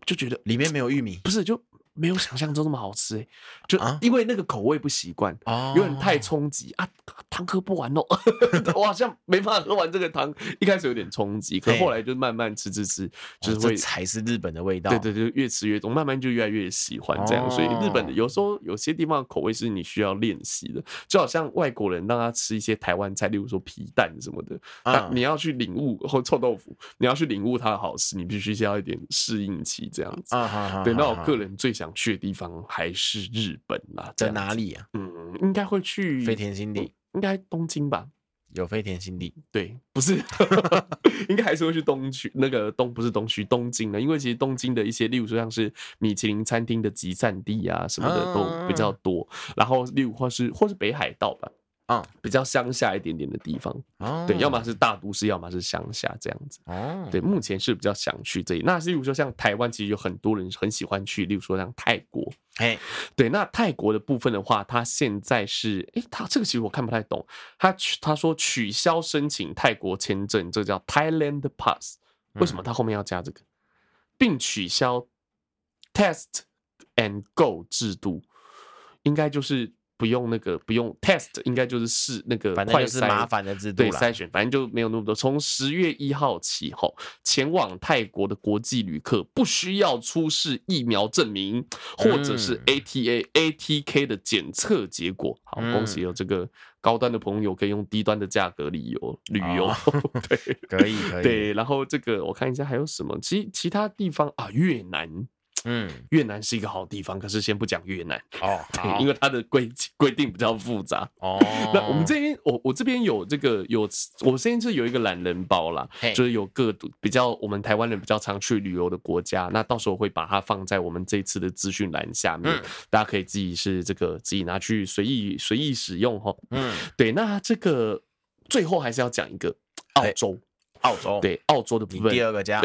Speaker 1: 就觉得
Speaker 2: 里面没有玉米
Speaker 1: 不是就没有想象中那么好吃、欸，就
Speaker 2: 啊
Speaker 1: 因为那个口味不习惯。
Speaker 2: 哦
Speaker 1: 有点太冲击啊，汤喝不完哦， 我好像没办法喝完这个汤。一开始有点冲击，可
Speaker 2: 嘿
Speaker 1: 后来就慢慢吃吃吃，就
Speaker 2: 哎哦
Speaker 1: 是
Speaker 2: 这
Speaker 1: 会
Speaker 2: 才是日本的味道。
Speaker 1: 对对，对，越吃越重，慢慢就越来越喜欢这样。所以日本的
Speaker 2: 哦
Speaker 1: 有时候有些地方的口味是你需要练习的，就好像外国人让他吃一些台湾菜，例如说皮蛋什么的，他
Speaker 2: 嗯
Speaker 1: 你要去领悟或臭豆腐，你要去领悟它的好吃，你必须先要一点适应期这样子。
Speaker 2: 啊哈哈，
Speaker 1: 对，那
Speaker 2: 哈
Speaker 1: 我
Speaker 2: 哈
Speaker 1: 个人最想去的地方还是日本啦，这
Speaker 2: 在
Speaker 1: 样子？
Speaker 2: 哪里啊？
Speaker 1: 嗯，应该会去
Speaker 2: 飞田新地
Speaker 1: 应该东京吧？
Speaker 2: 有飞田新地，
Speaker 1: 对，不 是， 应该还是会去东区那个东不是东区东京的，因为其实东京的一些，例如说像是米其林餐
Speaker 2: 啊
Speaker 1: 厅的集散地啊什么的都比较多，然后例如或是或是北海道吧，
Speaker 2: 嗯
Speaker 1: 比较乡下一点点的地方，
Speaker 2: 哦
Speaker 1: 对，要么是大都市，要么是乡下这样子。
Speaker 2: 哦，
Speaker 1: 对，目前是比较想去这里。那例如说像台湾，其实有很多人很喜欢去，例如说像泰国。
Speaker 2: 嘿，
Speaker 1: 对，那泰国的部分的话，它现在是，诶，它这个其实我看不太懂。它取它说取消申请泰国签证，这叫 Thailand Pass。为
Speaker 2: 嗯
Speaker 1: 什么它后面要加这个？并取消 Test and Go 制度，应该就是不用那个不用 Test，应该就是试那个
Speaker 2: 反正
Speaker 1: 呃快
Speaker 2: 就是
Speaker 1: 筛
Speaker 2: 麻烦的制度
Speaker 1: 对
Speaker 2: 啦
Speaker 1: 筛选，反正就没有那么多。从十月一号起，吼，前往泰国的国际旅客不需要出示疫苗证明，或者是
Speaker 2: 嗯
Speaker 1: ATA、ATK 的检测结果。好，
Speaker 2: 嗯
Speaker 1: 恭喜有这个高端的朋友可以用低端的价格旅游旅游。
Speaker 2: 哦
Speaker 1: 对
Speaker 2: 可以可以，，
Speaker 1: 对，然后这个我看一下还有什么，其其他地方啊，越南。
Speaker 2: 嗯，
Speaker 1: 越南是一个好地方，可是先不讲越南，
Speaker 2: 哦，好
Speaker 1: 因为它的规规定比较复杂。
Speaker 2: 哦，
Speaker 1: 那我们这边，我我这边有这个有，我这边是有一个懒人包啦
Speaker 2: 嘿，
Speaker 1: 就是有各地比较我们台湾人比较常去旅游的国家，那到时候会把它放在我们这一次的资讯栏下面，
Speaker 2: 嗯
Speaker 1: 大家可以自己是这个自己拿去随意随意使用哈。
Speaker 2: 嗯，
Speaker 1: 对，那这个最后还是要讲一个澳
Speaker 2: 嘿
Speaker 1: 洲，
Speaker 2: 澳洲，，
Speaker 1: 对澳洲的部
Speaker 2: 哎哦你
Speaker 1: 分
Speaker 2: 第，二个家，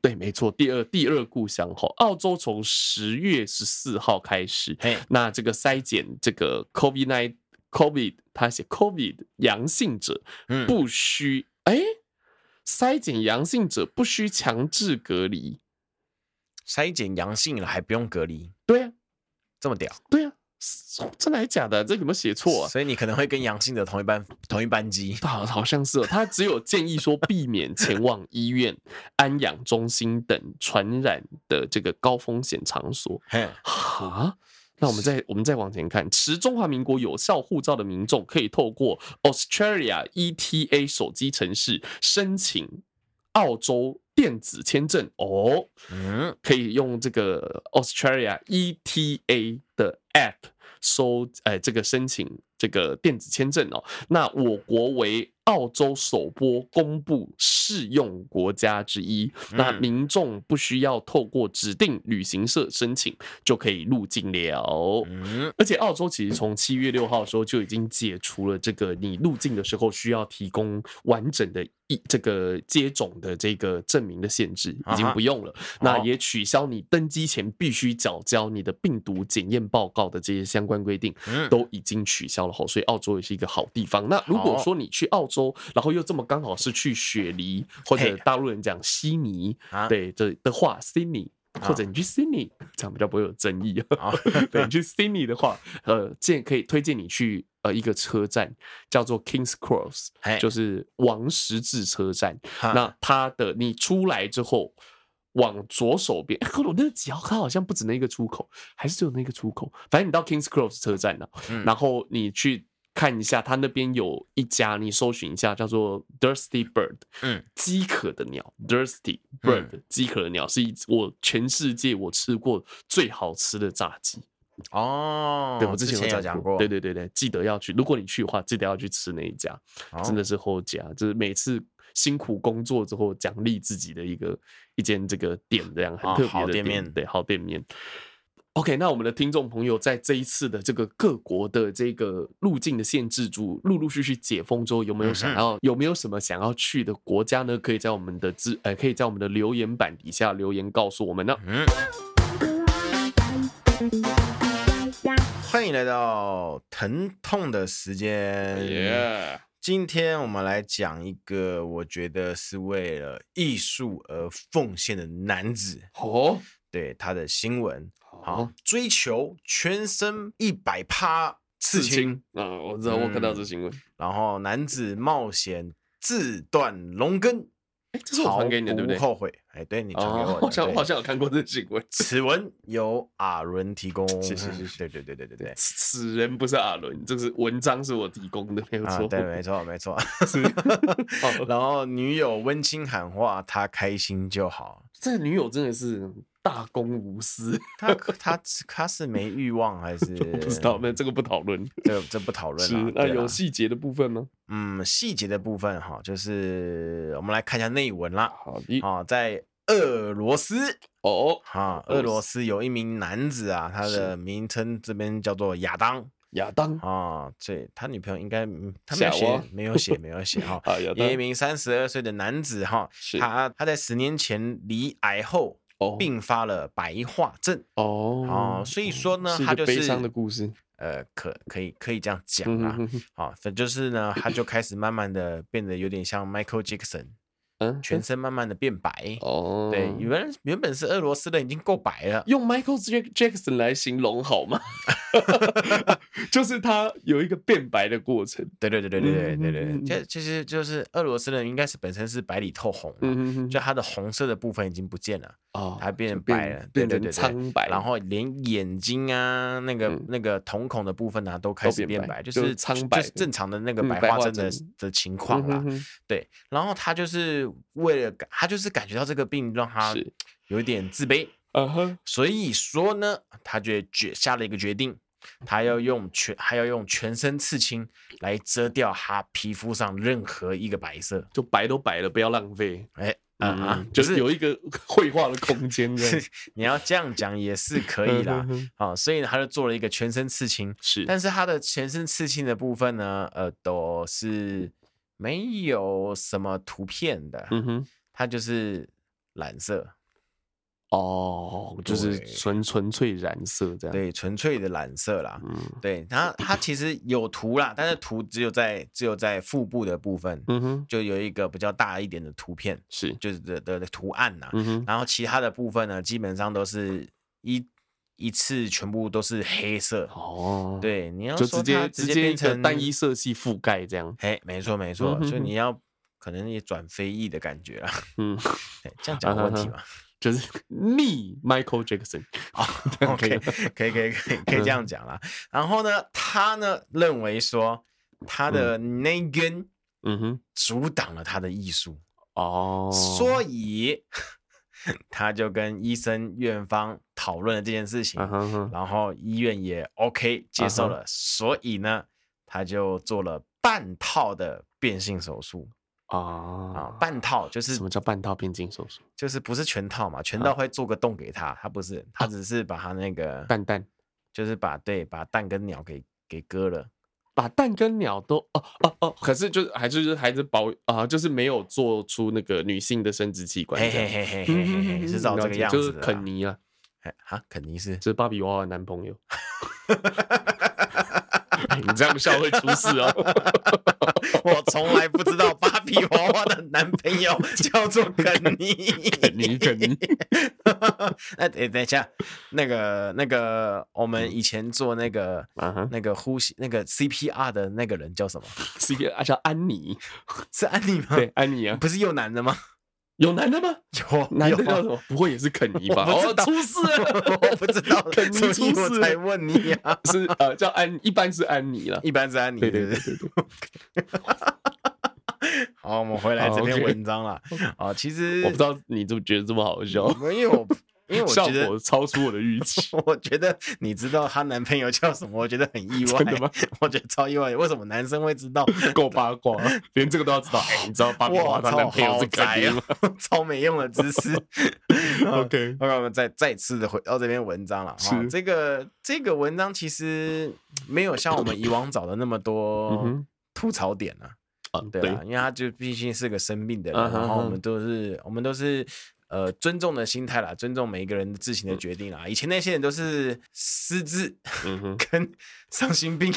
Speaker 1: 对，没错，第二第二故乡吼，澳洲从十月十四号开始
Speaker 2: 嘿，
Speaker 1: 那这个筛检这个 COVID 9 COVID，他写 COVID 阳性者
Speaker 2: 嗯，
Speaker 1: 不需哎、筛检阳性者不需强制隔离，
Speaker 2: 筛检阳性了还不用隔离，
Speaker 1: 对啊
Speaker 2: 这么屌，
Speaker 1: 对啊，是真的还假的啊？这有没有写错啊？
Speaker 2: 所以你可能会跟阳性的同一班同一班机，
Speaker 1: 好，好像是哦。他只有建议说避免前往医院、 安养中心等传染的这个高风险场所。
Speaker 2: 嘿，
Speaker 1: 哈，那我们再我们再往前看，持中华民国有效护照的民众可以透过 Australia ETA 手机程式申请澳洲电子签证哦，
Speaker 2: 嗯，
Speaker 1: 可以用这个 Australia ETA 的 App 收呃这个申请这个电子签证哦。那我国为澳洲首波公布适用国家之一，
Speaker 2: 嗯
Speaker 1: 那民众不需要透过指定旅行社申请就可以入境了。
Speaker 2: 嗯，
Speaker 1: 而且澳洲其实从七月六号的时候就已经解除了这个你入境的时候需要提供完整的一这个接种的这个证明的限制，已经
Speaker 2: 啊哈
Speaker 1: 不用了。那也取消你登机前必须缴交你的病毒检验报告的这些相关规定，
Speaker 2: 嗯
Speaker 1: 都已经取消了吼。所以澳洲也是一个好地方。那如果
Speaker 2: 好
Speaker 1: 说你去澳洲，然后又这么刚好是去雪梨或者
Speaker 2: 嘿
Speaker 1: 大陆人讲悉尼，
Speaker 2: 啊，
Speaker 1: 对这的话，Sydney。
Speaker 2: 啊
Speaker 1: 或者你去 Sydney，这样比较不会有争议。
Speaker 2: 好，
Speaker 1: 对，你去 Sydney 的话，呃，建可以推荐你去呃一个车站叫做 Kings Cross，
Speaker 2: 嘿
Speaker 1: 就是王十字车站。
Speaker 2: 哈
Speaker 1: 那它的你出来之后，往左手边， 可我那个几号？它好像不止那一个出口，还是只有那个出口。反正你到 Kings Cross 车站了、
Speaker 2: 嗯
Speaker 1: 然后你去看一下，它那边有一家，你搜寻一下，叫做 Thirsty Bird，
Speaker 2: 嗯，
Speaker 1: 饥渴的鸟，Thirsty Bird，、饥渴的鸟是一我全世界我吃过最好吃的炸鸡。
Speaker 2: 哦，
Speaker 1: 对我之
Speaker 2: 之
Speaker 1: 前
Speaker 2: 前
Speaker 1: 有
Speaker 2: 有
Speaker 1: 讲
Speaker 2: 讲过，
Speaker 1: 对对对对，记得要去。如果你去的话，记得要去吃那一家，
Speaker 2: 哦，
Speaker 1: 真的是后家，就是每次辛苦工作之后奖励自己的一个一间这个店，这样很
Speaker 2: 啊
Speaker 1: 特别
Speaker 2: 好
Speaker 1: 的
Speaker 2: 店
Speaker 1: 店，
Speaker 2: 面
Speaker 1: 对，好店面。OK，那我们的听众朋友在这一次的这个各国的这个路径的限制住，陆陆续续解封之后，有没有想
Speaker 2: 嗯哼
Speaker 1: 要、有没有什么想要去的国家呢？可以在我们的资呃，可以在我们的留言板底下留言告诉我们呢。
Speaker 2: 嗯。欢迎来到疼痛的时间。今天我们来讲一个我觉得是为了艺术而奉献的男子，
Speaker 1: 哦，
Speaker 2: 对他的新闻。
Speaker 1: 好
Speaker 2: 好，，追求全身一百趴刺青，
Speaker 1: 啊，我知道，我看到这
Speaker 2: 嗯
Speaker 1: 新闻。
Speaker 2: 然后男子冒险自断龙根，
Speaker 1: 哎，这是我传给你的，对不对？
Speaker 2: 毫无后悔。哎，对你传给我的，
Speaker 1: 哦，好像
Speaker 2: 对
Speaker 1: 我好像有看过这新闻。
Speaker 2: 此文由阿伦提供，
Speaker 1: 谢谢谢谢
Speaker 2: 对对对对对对，
Speaker 1: 此此人不是阿伦，这是文章是我提供的，没有
Speaker 2: 啊
Speaker 1: 错。
Speaker 2: 对，没错 没错。
Speaker 1: 是哦
Speaker 2: 然后女友温馨喊话，他开心就好。
Speaker 1: 这女友真的是大公无私，
Speaker 2: 他他他是没欲望还 是
Speaker 1: 不知道，那这个不讨论。
Speaker 2: 这这不讨论
Speaker 1: 是
Speaker 2: 了。
Speaker 1: 那
Speaker 2: 对啦
Speaker 1: 有细节的部分吗？
Speaker 2: 嗯细节的部分哈，就是我们来看一下内文啦。
Speaker 1: 好的，
Speaker 2: 啊，在俄罗斯
Speaker 1: 哦，
Speaker 2: 啊，
Speaker 1: 俄罗斯
Speaker 2: 俄罗斯有一名男子啊，他
Speaker 1: 是
Speaker 2: 的名称这边叫做亚当，
Speaker 1: 亚当
Speaker 2: 啊，所以他女朋友应该嗯他没有
Speaker 1: 小哦
Speaker 2: 写
Speaker 1: 王，
Speaker 2: 没有写，没有写 哈。
Speaker 1: 啊，亚当
Speaker 2: 也一名三十二岁的男子哈，
Speaker 1: 是
Speaker 2: 他他在十年前罹癌后
Speaker 1: 哦
Speaker 2: 并发了白化症
Speaker 1: 哦
Speaker 2: 哦，所以说呢
Speaker 1: 是一
Speaker 2: 他
Speaker 1: 个
Speaker 2: 就是
Speaker 1: 悲伤的故事
Speaker 2: 呃，可可以可以这样讲
Speaker 1: 嗯
Speaker 2: 啊
Speaker 1: 哼，哼
Speaker 2: 好，反就是呢，他就开始慢慢的变得有点像 Michael Jackson，
Speaker 1: 嗯
Speaker 2: 全身慢慢的变白。
Speaker 1: 哦，
Speaker 2: 对，原原本是俄罗斯人，已经够白了。
Speaker 1: 用 Michael Jack- Jackson 来形容好吗？ 就是他有一个变白的过程。
Speaker 2: 对对对对对对对
Speaker 1: 嗯嗯嗯嗯
Speaker 2: 对，这其实就是俄罗斯人应该是本身是白里透红嘛，
Speaker 1: 嗯，
Speaker 2: 就他的红色的部分已经不见了，
Speaker 1: 哦
Speaker 2: 它变
Speaker 1: 就
Speaker 2: 白了对
Speaker 1: 变
Speaker 2: 对
Speaker 1: 成
Speaker 2: 对对
Speaker 1: 苍白，
Speaker 2: 然后连眼睛啊，那个
Speaker 1: 嗯
Speaker 2: 那个瞳孔的部分啊，都开
Speaker 1: 都
Speaker 2: 始
Speaker 1: 变
Speaker 2: 变
Speaker 1: 白
Speaker 2: 白，就
Speaker 1: 就是
Speaker 2: 是
Speaker 1: 苍
Speaker 2: 就
Speaker 1: 白
Speaker 2: 是正常的那个
Speaker 1: 嗯
Speaker 2: 白
Speaker 1: 白
Speaker 2: 化
Speaker 1: 化
Speaker 2: 症的
Speaker 1: 症
Speaker 2: 的情况啦
Speaker 1: 嗯。哼哼
Speaker 2: 对，然后他就是为了感，他就是感觉到这个病让他
Speaker 1: 是
Speaker 2: 有一点自卑，
Speaker 1: 嗯哼，
Speaker 2: 所以说呢，他就决下了一个决定，他要用全，他要用全身刺青来遮掉他皮肤上任何一个白色。
Speaker 1: 就白都白了，不要浪费。
Speaker 2: 哎、啊啊
Speaker 1: 嗯，
Speaker 2: 就
Speaker 1: 就是
Speaker 2: 是
Speaker 1: 有一个 绘画的空间这样，
Speaker 2: 你要这样讲也是可以啦
Speaker 1: 嗯。哼哼
Speaker 2: 啊，所以呢他就做了一个全身刺青，
Speaker 1: 是，
Speaker 2: 但是他的全身刺青的部分呢，呃，都是没有什么图片的，
Speaker 1: 嗯哼，
Speaker 2: 它就是蓝色。
Speaker 1: 哦，就是
Speaker 2: 对
Speaker 1: 纯纯粹染色这样。，
Speaker 2: 对，纯粹的蓝色啦。
Speaker 1: 嗯
Speaker 2: 对，它它其实有图啦，但是图只有在只有在腹部的部分，
Speaker 1: 嗯哼，
Speaker 2: 就有一个比较大一点的图片，
Speaker 1: 是，
Speaker 2: 就是的的的图案呐、
Speaker 1: 嗯哼，
Speaker 2: 然后其他的部分呢，基本上都是一一次全部都是黑色。
Speaker 1: 哦，，
Speaker 2: 对，你要
Speaker 1: 就
Speaker 2: 说
Speaker 1: 直
Speaker 2: 它
Speaker 1: 接
Speaker 2: 直
Speaker 1: 直
Speaker 2: 接
Speaker 1: 接一
Speaker 2: 变
Speaker 1: 个
Speaker 2: 成
Speaker 1: 单一，色系覆盖这样。
Speaker 2: 哎，没错没错，
Speaker 1: 嗯哼
Speaker 2: 所以
Speaker 1: 哼
Speaker 2: 你要可能也转非议的感觉啦。
Speaker 1: 嗯，
Speaker 2: 哎这样讲有问题吗？
Speaker 1: 就是 逆 Michael Jackson。
Speaker 2: 啊、o
Speaker 1: 可以
Speaker 2: k 可以可以可以可以这样讲啦。然后呢，他呢认为说他的那一根
Speaker 1: 嗯哼，
Speaker 2: 阻挡了他的艺术，
Speaker 1: 哦，
Speaker 2: 所以 他就跟医生院方讨论了这件事情，
Speaker 1: 啊哈啊哈，
Speaker 2: 然后医院也 OK 接受了，所以呢，他就做了半套的变性手术啊
Speaker 1: 啊，，
Speaker 2: 半套就是
Speaker 1: 什么叫半套变性手术？
Speaker 2: 就是不是全套嘛，全
Speaker 1: 嗯
Speaker 2: 套会做个洞给他，他不是，他只是把他那个
Speaker 1: 哦蛋蛋，
Speaker 2: 就是把对把蛋跟鸟给给割了，
Speaker 1: 把蛋跟鸟都哦哦哦，可是就是还是就是还是保啊，就是没有做出那个女性的生殖器官
Speaker 2: 嘿
Speaker 1: 这
Speaker 2: 嘿
Speaker 1: 样。
Speaker 2: 嘿嘿嘿嘿
Speaker 1: 嗯
Speaker 2: 嘿，是照这
Speaker 1: 了
Speaker 2: 个
Speaker 1: 解
Speaker 2: 样
Speaker 1: 就
Speaker 2: 子
Speaker 1: 是
Speaker 2: 的啦。
Speaker 1: 肯尼啊，
Speaker 2: 哎啊，肯尼 是
Speaker 1: 就是芭比娃娃的男朋 友。哎你这样笑会出事哦。
Speaker 2: 我从来不知道芭比娃娃的男 朋友叫做肯尼。
Speaker 1: 肯尼肯尼，
Speaker 2: 那等等一下，那个那个，我们以前做那个
Speaker 1: 嗯啊哈
Speaker 2: 那个呼吸那个 CPR 的那个人叫什么？
Speaker 1: 是一个啊叫安妮，
Speaker 2: 是安妮吗？
Speaker 1: 对，安妮啊，
Speaker 2: 不是又男的吗？
Speaker 1: 有男的吗？
Speaker 2: 有
Speaker 1: 男的
Speaker 2: 有
Speaker 1: 叫什么？不会也是肯尼吧？
Speaker 2: 我不知
Speaker 1: 哦
Speaker 2: 道
Speaker 1: 出 事了，
Speaker 2: 我不知道，
Speaker 1: 肯尼
Speaker 2: 所
Speaker 1: 出
Speaker 2: 以我
Speaker 1: 事
Speaker 2: 才
Speaker 1: 了，
Speaker 2: 问你啊。
Speaker 1: 是呃叫安，一般是安 妮啦。
Speaker 2: 一般是安妮，
Speaker 1: 对对
Speaker 2: 对对对。 好，我们回来
Speaker 1: 好
Speaker 2: 这篇
Speaker 1: OK
Speaker 2: 文章啦。啊，其实
Speaker 1: 我不知道你怎么觉得这么好笑，
Speaker 2: 没有，因为我
Speaker 1: 效
Speaker 2: 觉得。
Speaker 1: 果，超出我的预期
Speaker 2: 我觉得你知道她男朋友叫什么， 我觉得很意外
Speaker 1: 真的吗。
Speaker 2: 我觉得超意外，为什么男生会知道？
Speaker 1: 够八卦，连这个都要知道。哎、你知道芭比
Speaker 2: 哇
Speaker 1: 娃娃她
Speaker 2: 操，
Speaker 1: 男朋友
Speaker 2: 好
Speaker 1: 是肯
Speaker 2: 宅
Speaker 1: 尼吗
Speaker 2: 啊，超没用的知识。
Speaker 1: ？OK，
Speaker 2: OK，我们再再次的回到这篇文章了啊、
Speaker 1: 是
Speaker 2: 这个这个文章其实没有像我们以往找的那么
Speaker 1: 嗯
Speaker 2: 多
Speaker 1: 哼
Speaker 2: 吐槽点啊。
Speaker 1: 啊，
Speaker 2: 对
Speaker 1: 对
Speaker 2: 啦，，因为他就毕竟是个生病的人，
Speaker 1: 嗯哼
Speaker 2: 然后我
Speaker 1: 哼
Speaker 2: 们都是我们都是呃尊重的心态啦，尊重每一个人自行的决定啦。以前那些人都是失智
Speaker 1: 嗯哼，
Speaker 2: 跟丧心病，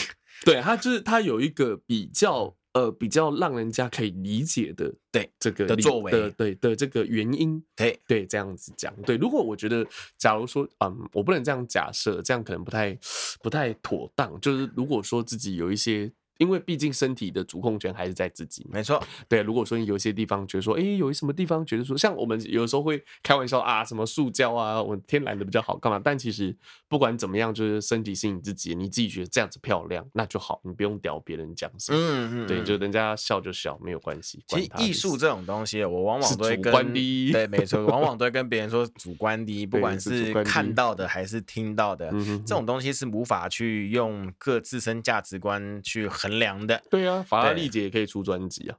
Speaker 1: 对，他就是他有一个比较呃比较让人家可以理解的
Speaker 2: 对
Speaker 1: 这个
Speaker 2: 的
Speaker 1: 理
Speaker 2: 作为
Speaker 1: 的对的这个原因，
Speaker 2: 对，
Speaker 1: 对，这样子讲，对。如果我觉得，假如说，嗯，我不能这样假设，这样可能不太不太妥当。就是如果说自己有一些，因为毕竟身体的主控权还是在自己嘛。
Speaker 2: 没错，
Speaker 1: 对，如果说你有一些地方觉得说，诶，有什么地方觉得说，像我们有时候会开玩笑啊，什么塑胶啊，我天然的比较好干嘛？但其实不管怎么样，就是身体是你自己的，你自己觉得这样子漂亮，那就好，你不用屌别人讲什么。
Speaker 2: 嗯嗯，
Speaker 1: 对，
Speaker 2: 嗯
Speaker 1: 就人家笑就笑，没有关系。
Speaker 2: 其
Speaker 1: 管
Speaker 2: 实
Speaker 1: 他
Speaker 2: 艺
Speaker 1: 的
Speaker 2: 术
Speaker 1: 事
Speaker 2: 这种东西，我往
Speaker 1: 是
Speaker 2: 往都会
Speaker 1: 主
Speaker 2: 跟
Speaker 1: 观的
Speaker 2: 对，没错，往往都会跟别人说主观的，不
Speaker 1: 对
Speaker 2: 管
Speaker 1: 是主
Speaker 2: 是
Speaker 1: 观的
Speaker 2: 看到的还是听到的，
Speaker 1: 嗯哼
Speaker 2: 这种东西是无法去用各自身价值观去衡量的。
Speaker 1: 对啊，法拉利
Speaker 2: 对
Speaker 1: 姐也可以出专辑啊。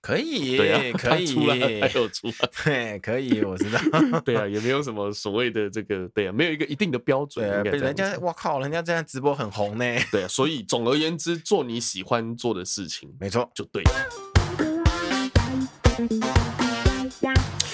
Speaker 2: 可以，
Speaker 1: 对啊，
Speaker 2: 可
Speaker 1: 他出来还
Speaker 2: 以，
Speaker 1: 有出来，
Speaker 2: 嘿可以，我 知道。
Speaker 1: 对啊，也没有什么所谓的这个，对啊，没有一个一定的标准，
Speaker 2: 对啊，
Speaker 1: 应该
Speaker 2: 被
Speaker 1: 这样
Speaker 2: 人家
Speaker 1: 讲
Speaker 2: 哇靠，人家这样直播很红呢。
Speaker 1: 对啊，所以总而言之，做你喜欢做的事情
Speaker 2: 没错，
Speaker 1: 就对了。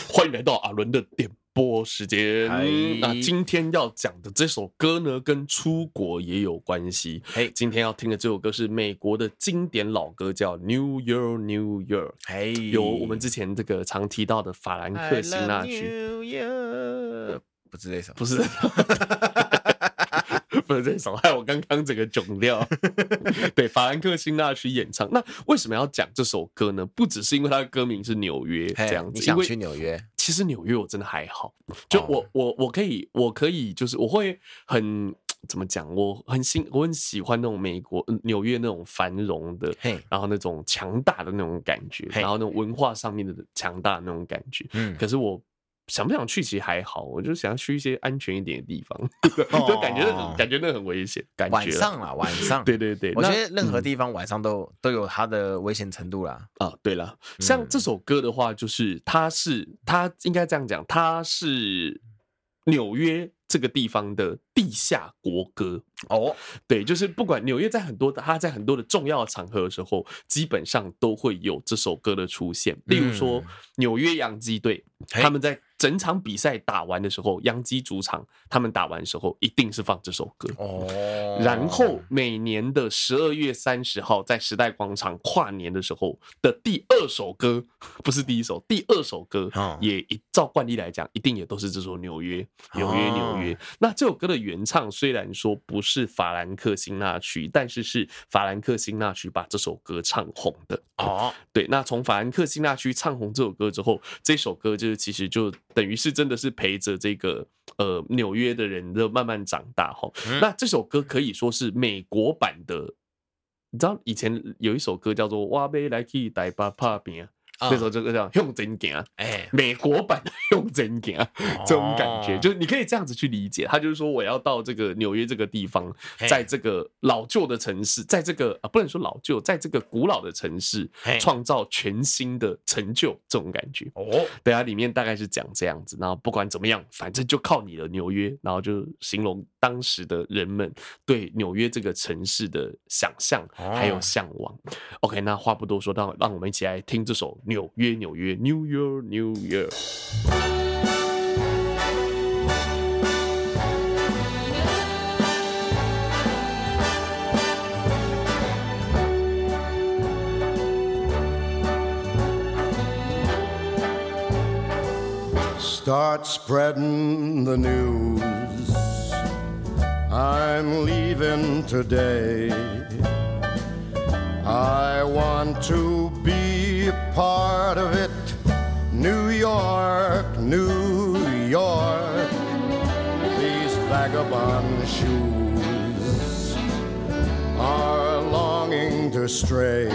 Speaker 1: 欢迎来到阿伦的点播时间
Speaker 2: 嗨。
Speaker 1: 那今天要讲的这首歌呢，跟出国也有关系。
Speaker 2: 嘿，
Speaker 1: 今天要听的这首歌是美国的经典老歌，叫《New Year New Year》，
Speaker 2: 嘿，
Speaker 1: 有我们之前这个常提到的法兰克
Speaker 2: 哎
Speaker 1: 辛纳曲，
Speaker 2: 曲，不是这首，
Speaker 1: 不是， 不是这首，害我刚刚整个囧掉。 对，法兰克辛纳曲演唱。那为什么要讲这首歌呢？不只是因为它的歌名是纽约
Speaker 2: 嘿
Speaker 1: 这样子，
Speaker 2: 你
Speaker 1: 因
Speaker 2: 想
Speaker 1: 为
Speaker 2: 去纽约？
Speaker 1: 其实纽约我真的还好，就
Speaker 2: 哦
Speaker 1: 我、我我可以我可以就是我会很怎么讲，我很喜我很喜欢那种美国嗯纽约那种繁荣的，
Speaker 2: 嘿，
Speaker 1: 然后那种强大的那种感觉，
Speaker 2: 嘿
Speaker 1: 然后那种文化上面的强大的那种感觉。
Speaker 2: 嗯，
Speaker 1: 可是我想不想去其实还好，我就想要去一些安全一点的地 方，
Speaker 2: 哦
Speaker 1: 就感觉那很感觉那很危险，感觉
Speaker 2: 晚
Speaker 1: 啦
Speaker 2: 上啦，晚上，
Speaker 1: 对对对，
Speaker 2: 我觉
Speaker 1: 那嗯
Speaker 2: 得任何地方晚上都都有它的危险程度啦。
Speaker 1: 啊，对了，
Speaker 2: 嗯
Speaker 1: 像这首歌的话，就是它是它应该这样讲，它是纽约这个地方的地下国歌。
Speaker 2: 哦，
Speaker 1: 对，就是不管纽约在很多的，它在很多的重要场合的时候，基本上都会有这首歌的出现。例如说
Speaker 2: 嗯，
Speaker 1: 纽约洋基队
Speaker 2: 嘿
Speaker 1: 他们在整场比赛打完的时候，洋基主场他们打完的时候，一定是放这首歌。
Speaker 2: 哦，
Speaker 1: 然后每年的十二月三十号，在时代广场跨年的时候的第二首歌，不是第一首，第二首歌
Speaker 2: 哦
Speaker 1: 也一照惯例来讲，一定也都是这首《纽约，纽约，
Speaker 2: 哦
Speaker 1: 纽约》。那这首歌的原唱虽然说不是法兰克辛纳曲，但是是法兰克辛纳曲把这首歌唱红的。
Speaker 2: 哦，
Speaker 1: 对，那从法兰克辛纳区唱红这首歌之后，这首歌就是其实就等于是真的是陪着这个呃纽约的人的慢慢长大哈。
Speaker 2: 嗯
Speaker 1: 那这首歌可以说是美国版的，你知道以前有一首歌叫做《哇贝来去台巴帕边》，
Speaker 2: 啊
Speaker 1: 那首这个叫《用真行》，啊
Speaker 2: 哎，
Speaker 1: 美国版的《用真行》。啊这种感觉，
Speaker 2: 哦
Speaker 1: 就是你可以这样子去理解，他就是说我要到这个纽约这个地方，
Speaker 2: 嘿
Speaker 1: 在这个老旧的城市，在这个、啊、不能说老旧，在这个古老的城市
Speaker 2: 嘿
Speaker 1: 创造全新的成就，这种感觉。
Speaker 2: 哦，
Speaker 1: 对啊，里面大概是讲这样子，然后不管怎么样，反正就靠你了，纽约，然后就形容当时的人们对纽约这个城市的想象
Speaker 2: 哦
Speaker 1: 还有向往。OK，那话不多说，让让我们一起来听这首《纽约，纽约 New York, New York》。
Speaker 4: Start spreading the news. I'm leaving today. I want to be a part of it. New York, New York. These vagabond shoes are longing to stray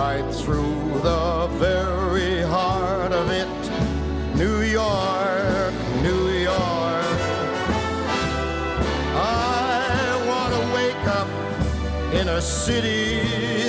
Speaker 4: right through the very heart of it. New York, New York. I want to wake up in a city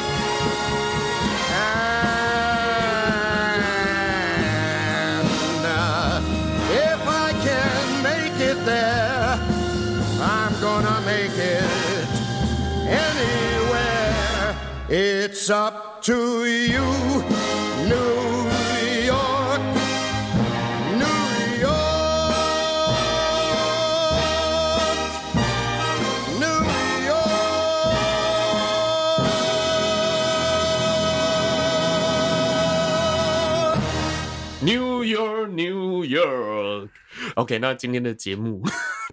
Speaker 4: And uh, if I can make it there, I'm gonna make it anywhere. It's up to you, New York, New York, New York.
Speaker 1: New York, New York。OK，那今天的节目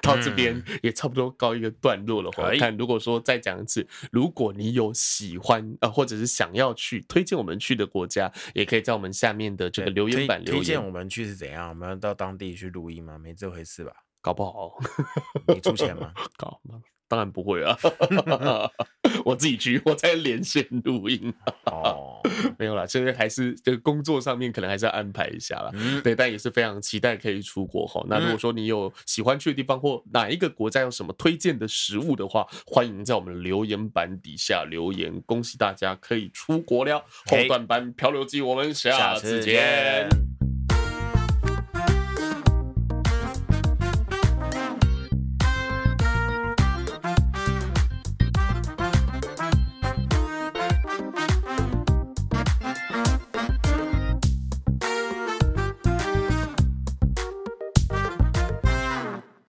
Speaker 1: 到这边也差不多告一个段落了哦。
Speaker 2: 嗯可以
Speaker 1: 看，如果说再讲一次，如果你有喜欢呃，或者是想要去推荐我们去的国家，也可以在我们下面的这个留言
Speaker 2: 推
Speaker 1: 板留
Speaker 2: 推荐
Speaker 1: 言，
Speaker 2: 我们去是怎样？我们要到当地去录音吗？没这回事吧？
Speaker 1: 搞不好
Speaker 2: 你出钱吗？
Speaker 1: 搞。当然不会啊， 我自己去，我在连线录音，
Speaker 2: 哦，
Speaker 1: 没有啦，这个还是这个工作上面可能还是要安排一下啦。
Speaker 2: 嗯，
Speaker 1: 对，但也是非常期待可以出国哈。那如果
Speaker 2: 嗯
Speaker 1: 说你有喜欢去的地方或哪一个国家有什么推荐的食物的话，欢迎在我们的留言板底下留言。恭喜大家可以出国了，后
Speaker 2: 嘿
Speaker 1: 段班漂流记，我们下
Speaker 2: 下
Speaker 1: 次
Speaker 2: 次
Speaker 1: 见
Speaker 2: 见。